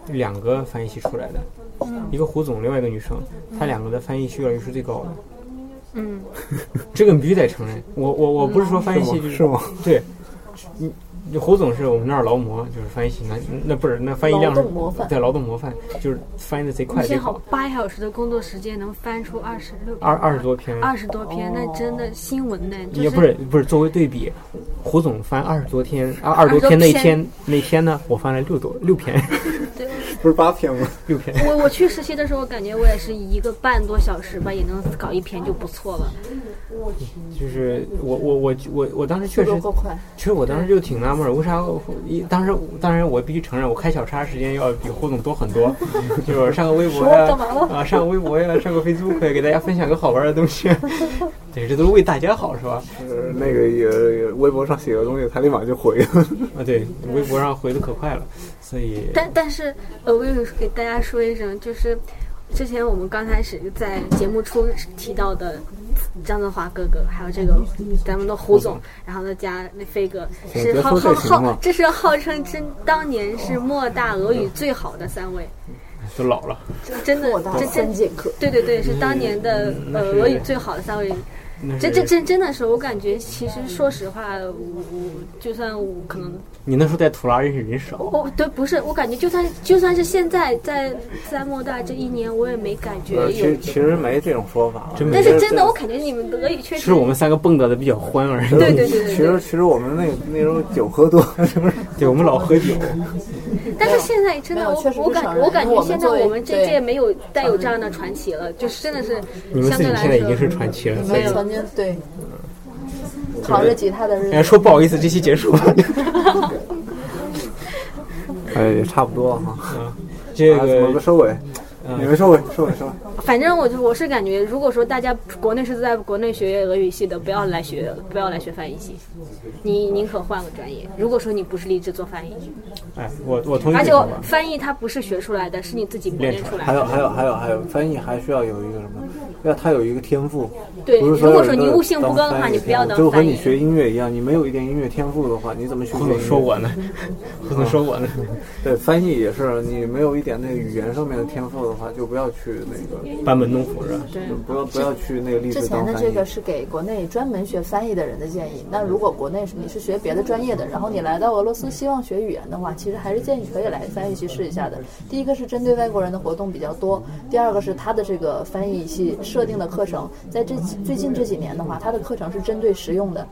[SPEAKER 2] 两个翻译系出来的，
[SPEAKER 5] 嗯
[SPEAKER 2] 一个胡总，另外一个女生，她两个的翻译需要率是最高的。
[SPEAKER 5] 嗯，
[SPEAKER 2] *laughs* 这个你必须得承认。我我我不是说翻译系就是
[SPEAKER 4] 吗？
[SPEAKER 2] 对，你你胡总是我们那儿劳模，就是翻译系那那不是那翻译量是
[SPEAKER 3] 劳动模范
[SPEAKER 2] 对劳动模范，就是翻译的贼快
[SPEAKER 5] 你
[SPEAKER 2] 贼
[SPEAKER 5] 幸好
[SPEAKER 2] 好，
[SPEAKER 5] 八小时的工作时间能翻出二十六
[SPEAKER 2] 二二十多篇。
[SPEAKER 5] 二十多篇，那
[SPEAKER 3] 哦
[SPEAKER 5] 真的新闻呢？就
[SPEAKER 2] 也不是不是，作为对比，胡总翻二十多天，啊二十多篇那一天那一天呢，我翻了六多六篇
[SPEAKER 5] 对，
[SPEAKER 4] 不是八篇吗？
[SPEAKER 2] 六篇，
[SPEAKER 5] 我我去实习的时候，感觉我也是一个半多小时吧，也能搞一篇就不错了。
[SPEAKER 2] 就是我我我我我当时确
[SPEAKER 3] 速
[SPEAKER 2] 实
[SPEAKER 3] 度够
[SPEAKER 4] *laughs*
[SPEAKER 3] 快，
[SPEAKER 2] 其实我当时就挺纳闷儿，为啥我一当时当然我必须承认，我开小差时间要比胡总多很多，就是上个微博呀
[SPEAKER 3] 说干嘛了
[SPEAKER 2] 啊上个微博呀，上个 Facebook 呀，给大家分享个好玩的东西，对，这都是为大家好是吧？
[SPEAKER 4] 呃，那个也也微博上写个东西，他立马就回了。
[SPEAKER 2] 啊，对，微博上回的可快了，所以
[SPEAKER 5] 但但是，呃，我有给大家说一声，就是之前我们刚开始在节目初提到的张泽华哥哥，还有这个咱们的胡总，然后再加那飞哥，
[SPEAKER 4] 行
[SPEAKER 5] 是
[SPEAKER 4] 别
[SPEAKER 5] 号
[SPEAKER 4] 说
[SPEAKER 5] 号
[SPEAKER 4] 这行
[SPEAKER 5] 号
[SPEAKER 4] 了，
[SPEAKER 5] 这是号称真当年是莫大俄语最好的三位，
[SPEAKER 2] 都老了，
[SPEAKER 5] 真的
[SPEAKER 3] 我大
[SPEAKER 5] 这
[SPEAKER 3] 三
[SPEAKER 5] 真
[SPEAKER 3] 节课。
[SPEAKER 5] 对对对，是当年的
[SPEAKER 2] 嗯那
[SPEAKER 5] 呃
[SPEAKER 2] 是
[SPEAKER 5] 俄语最好的三位
[SPEAKER 2] 那
[SPEAKER 5] 这这
[SPEAKER 2] 是
[SPEAKER 5] 真真的是，我感觉其实说实话，我我就算我可能
[SPEAKER 2] 你那时候在土拉认识人少，
[SPEAKER 5] 哦对，不是，我感觉就算就算是现在在在莫大这一年，我也没感觉
[SPEAKER 4] 呃，其实
[SPEAKER 5] 有。
[SPEAKER 4] 其实没这种说法了，
[SPEAKER 2] 真没
[SPEAKER 5] 但
[SPEAKER 2] 有
[SPEAKER 5] 是真的，我感觉你们德语确
[SPEAKER 2] 其
[SPEAKER 5] 实
[SPEAKER 2] 实我们三个蹦跶的比较欢而已，
[SPEAKER 5] 对对对对对
[SPEAKER 4] *laughs* 其实其实我们那那时候酒喝多了，是不是？
[SPEAKER 2] 对我们老喝酒，
[SPEAKER 5] 但是现在真的，
[SPEAKER 3] 没有
[SPEAKER 5] 我
[SPEAKER 3] 确实是
[SPEAKER 5] 我感
[SPEAKER 3] 少人
[SPEAKER 5] 我感
[SPEAKER 3] 因为
[SPEAKER 5] 觉
[SPEAKER 3] 我们
[SPEAKER 5] 现在
[SPEAKER 3] 作为
[SPEAKER 5] 我们这
[SPEAKER 3] 对
[SPEAKER 5] 届没有带有这样的传奇了，就是真的是
[SPEAKER 2] 你们
[SPEAKER 5] 相
[SPEAKER 2] 自己
[SPEAKER 5] 对来
[SPEAKER 2] 现在已经是
[SPEAKER 5] 说，
[SPEAKER 2] 传奇了，
[SPEAKER 3] 你
[SPEAKER 2] 所以
[SPEAKER 3] 们曾经对扛着吉他的日
[SPEAKER 2] 哎，
[SPEAKER 3] 子，
[SPEAKER 2] 说不好意思，这期结束
[SPEAKER 4] *laughs*
[SPEAKER 2] 了。哎，
[SPEAKER 4] 差不多了 *laughs* 哈。呃
[SPEAKER 2] 这
[SPEAKER 4] 啊怎么
[SPEAKER 2] 个
[SPEAKER 4] 个收尾？你们收尾，收尾，收尾。
[SPEAKER 5] 反正我就我是感觉，如果说大家国内是在国内学俄语系的，不要来学不要来学翻译系，你宁可换个专业。如果说你不是立志做翻译，
[SPEAKER 2] 哎，我我同意
[SPEAKER 5] 而
[SPEAKER 2] 你
[SPEAKER 5] 且
[SPEAKER 2] 的想法。
[SPEAKER 5] 翻译它不是学出来的，是你自己磨练出来
[SPEAKER 4] *laughs* 还
[SPEAKER 5] 的。
[SPEAKER 4] 有还有还有还有，翻译还需要有一个什么？要他有一个天赋。
[SPEAKER 5] 对
[SPEAKER 4] 不是
[SPEAKER 5] 如果
[SPEAKER 4] 有人
[SPEAKER 5] 说你
[SPEAKER 4] 都有
[SPEAKER 5] 悟性不
[SPEAKER 4] 当
[SPEAKER 5] 高的
[SPEAKER 4] 翻
[SPEAKER 5] 话
[SPEAKER 4] 译
[SPEAKER 5] 你不要
[SPEAKER 4] 天赋
[SPEAKER 5] 当
[SPEAKER 4] 就和
[SPEAKER 5] 翻
[SPEAKER 4] 你
[SPEAKER 5] 译
[SPEAKER 4] 学音乐一样，你没有一点音乐天赋的话，你怎么去学
[SPEAKER 2] 不
[SPEAKER 4] 音乐？
[SPEAKER 2] 能说我呢，不能说我呢。
[SPEAKER 4] 对，翻译也是，你没有一点那个语言上面的天赋的话，就不要去那
[SPEAKER 2] 班门弄斧是吧？
[SPEAKER 4] 个，不要不要去那个立
[SPEAKER 3] 之
[SPEAKER 4] 志
[SPEAKER 3] 前
[SPEAKER 4] 当
[SPEAKER 3] 的
[SPEAKER 4] 翻
[SPEAKER 3] 这
[SPEAKER 4] 译
[SPEAKER 3] 个。是给国内专门学翻译的人的建议。那如果国内是你是学别的专业的，然后你来到俄罗斯希望学语言的话，其实还是建议可以来翻译系试一下的。第一个是针对外国人的活动比较多，第二个是它的这个翻译系设定的课程，在这几最近这几年的话，它的课程是针对实用的，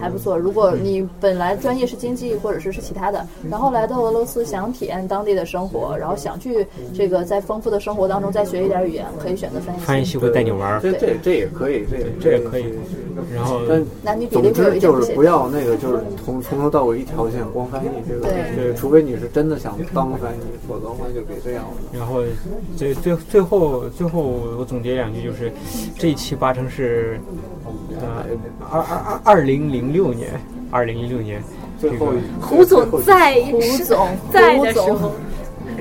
[SPEAKER 3] 还不错。如果你本来专业是经济或者是是其他的，然后来到俄罗斯想体验当地的生活，然后想去这个在丰富的生活当中再学一点语言，可以选择翻译系。
[SPEAKER 2] 翻译系会带你玩儿，
[SPEAKER 4] 这这这也可以，这也
[SPEAKER 2] 这也可以。然后
[SPEAKER 4] 但
[SPEAKER 3] 男女比例
[SPEAKER 4] 总
[SPEAKER 3] 会有
[SPEAKER 4] 之
[SPEAKER 3] 一
[SPEAKER 4] 就
[SPEAKER 3] 点
[SPEAKER 4] 是
[SPEAKER 3] 些
[SPEAKER 4] 不。要那个，就是从从头到尾一条线光翻译这个，
[SPEAKER 3] 对
[SPEAKER 4] 对，除非你是真的想当翻译，否则的话就别这样了。
[SPEAKER 2] 然后最最最后最后我总结两句，就是这一期八成是呃二二二二零零六年，二零一六年。这
[SPEAKER 4] 最
[SPEAKER 2] 个
[SPEAKER 4] 后
[SPEAKER 5] 胡总在
[SPEAKER 3] 胡总
[SPEAKER 5] 在
[SPEAKER 3] 胡
[SPEAKER 5] 的时
[SPEAKER 3] 总
[SPEAKER 5] 候，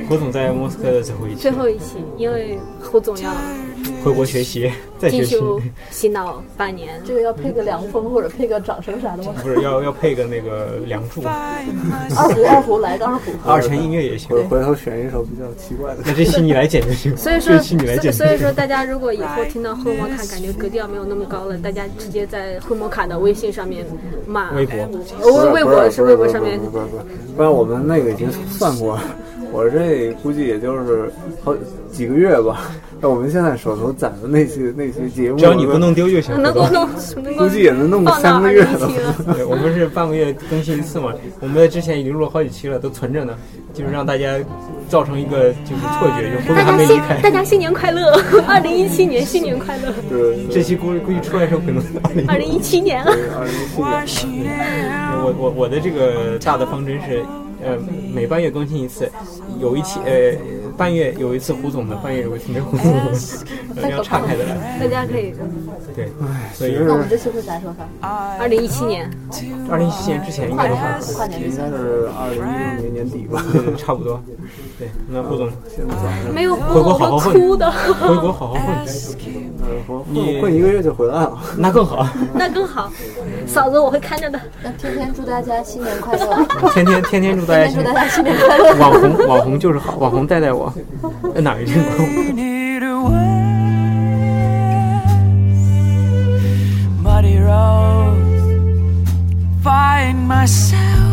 [SPEAKER 2] 胡总在莫斯科的最后一期
[SPEAKER 5] 最后一期，因为胡总要
[SPEAKER 2] 回国学习，再学
[SPEAKER 5] 进
[SPEAKER 2] 习，
[SPEAKER 5] 修洗脑半年，
[SPEAKER 3] 这个要配个凉风或者配个掌声啥的吗？
[SPEAKER 2] *laughs* 不是要要配个那个梁祝，
[SPEAKER 3] 二胡二胡来个二胡，
[SPEAKER 2] 二泉映月也行。
[SPEAKER 4] 回回头选一首比较奇怪的。
[SPEAKER 2] 那这期你来剪就行，
[SPEAKER 5] 所以
[SPEAKER 2] 这
[SPEAKER 5] 说，
[SPEAKER 2] 期你来
[SPEAKER 5] 所
[SPEAKER 2] 剪就
[SPEAKER 5] 以
[SPEAKER 2] 行。
[SPEAKER 5] 所以说，大家如果以后听到会摩卡，感觉格调没有那么高了，大家直接在会摩卡的微信上面骂
[SPEAKER 2] 微博，
[SPEAKER 5] 微微博是微博上面
[SPEAKER 4] 不是不是不是，不然我们那个已经算过，我这估计也就是好几个月吧。那我们现在手头攒的那些那些节目，
[SPEAKER 2] 只要你不弄丢就行。
[SPEAKER 5] 能
[SPEAKER 2] 胡
[SPEAKER 5] 够
[SPEAKER 2] 总
[SPEAKER 5] 弄能够
[SPEAKER 4] 估计也能弄个
[SPEAKER 5] 放到
[SPEAKER 4] 三个
[SPEAKER 5] 二
[SPEAKER 4] 月
[SPEAKER 5] 零
[SPEAKER 4] 了
[SPEAKER 5] 一七
[SPEAKER 4] *laughs*
[SPEAKER 5] 了。
[SPEAKER 2] 对，我们是半个月更新一次嘛，我们在之前已经录了好几期了，都存着呢，就是让大家造成一个就是错觉，就胡总
[SPEAKER 5] 大
[SPEAKER 2] 还
[SPEAKER 5] 家
[SPEAKER 2] 没离
[SPEAKER 5] 新
[SPEAKER 2] 开。
[SPEAKER 5] 大家新年快乐，二零一七年新年快乐，
[SPEAKER 4] 对对
[SPEAKER 2] 这期估估计出来的时候可能
[SPEAKER 5] 二零一七年了。
[SPEAKER 4] 对二零一七年。
[SPEAKER 2] 我我我的这个大的方针是，呃，每半月更新一次，有一期呃半月有一次胡总的，半月有一次没有胡总的，呃 *laughs* 要岔开的来。
[SPEAKER 5] 大哎家可以
[SPEAKER 2] 对，所以
[SPEAKER 4] 其实
[SPEAKER 3] 那我们这期会啥时候发？
[SPEAKER 5] 二零一七年，
[SPEAKER 2] 二零一七年之前应该的话，
[SPEAKER 3] 跨年
[SPEAKER 4] 应
[SPEAKER 3] 之
[SPEAKER 4] 该
[SPEAKER 3] 前。
[SPEAKER 4] 是二零一六年年底吧，
[SPEAKER 2] 对对差不多。对，那胡总
[SPEAKER 4] 现在 *laughs* 想想，
[SPEAKER 5] 没有
[SPEAKER 2] 回国
[SPEAKER 5] 我
[SPEAKER 2] 好好
[SPEAKER 5] 会
[SPEAKER 2] 混
[SPEAKER 5] 哭的，
[SPEAKER 2] 回国好好混，
[SPEAKER 4] 呃混
[SPEAKER 2] 你
[SPEAKER 4] 混混一个月就回来了。
[SPEAKER 2] 那更好。
[SPEAKER 5] 那更好。嫂子，我会看着的。
[SPEAKER 3] 那天天祝大家新年快乐，
[SPEAKER 2] 天天天天祝大家
[SPEAKER 3] 天天
[SPEAKER 2] 新
[SPEAKER 3] 祝
[SPEAKER 2] 年
[SPEAKER 3] 大家新年快乐。
[SPEAKER 2] 网红网红就是好，网红带带我，呃哪儿一句网红？
[SPEAKER 1] need a west muddy roads find myself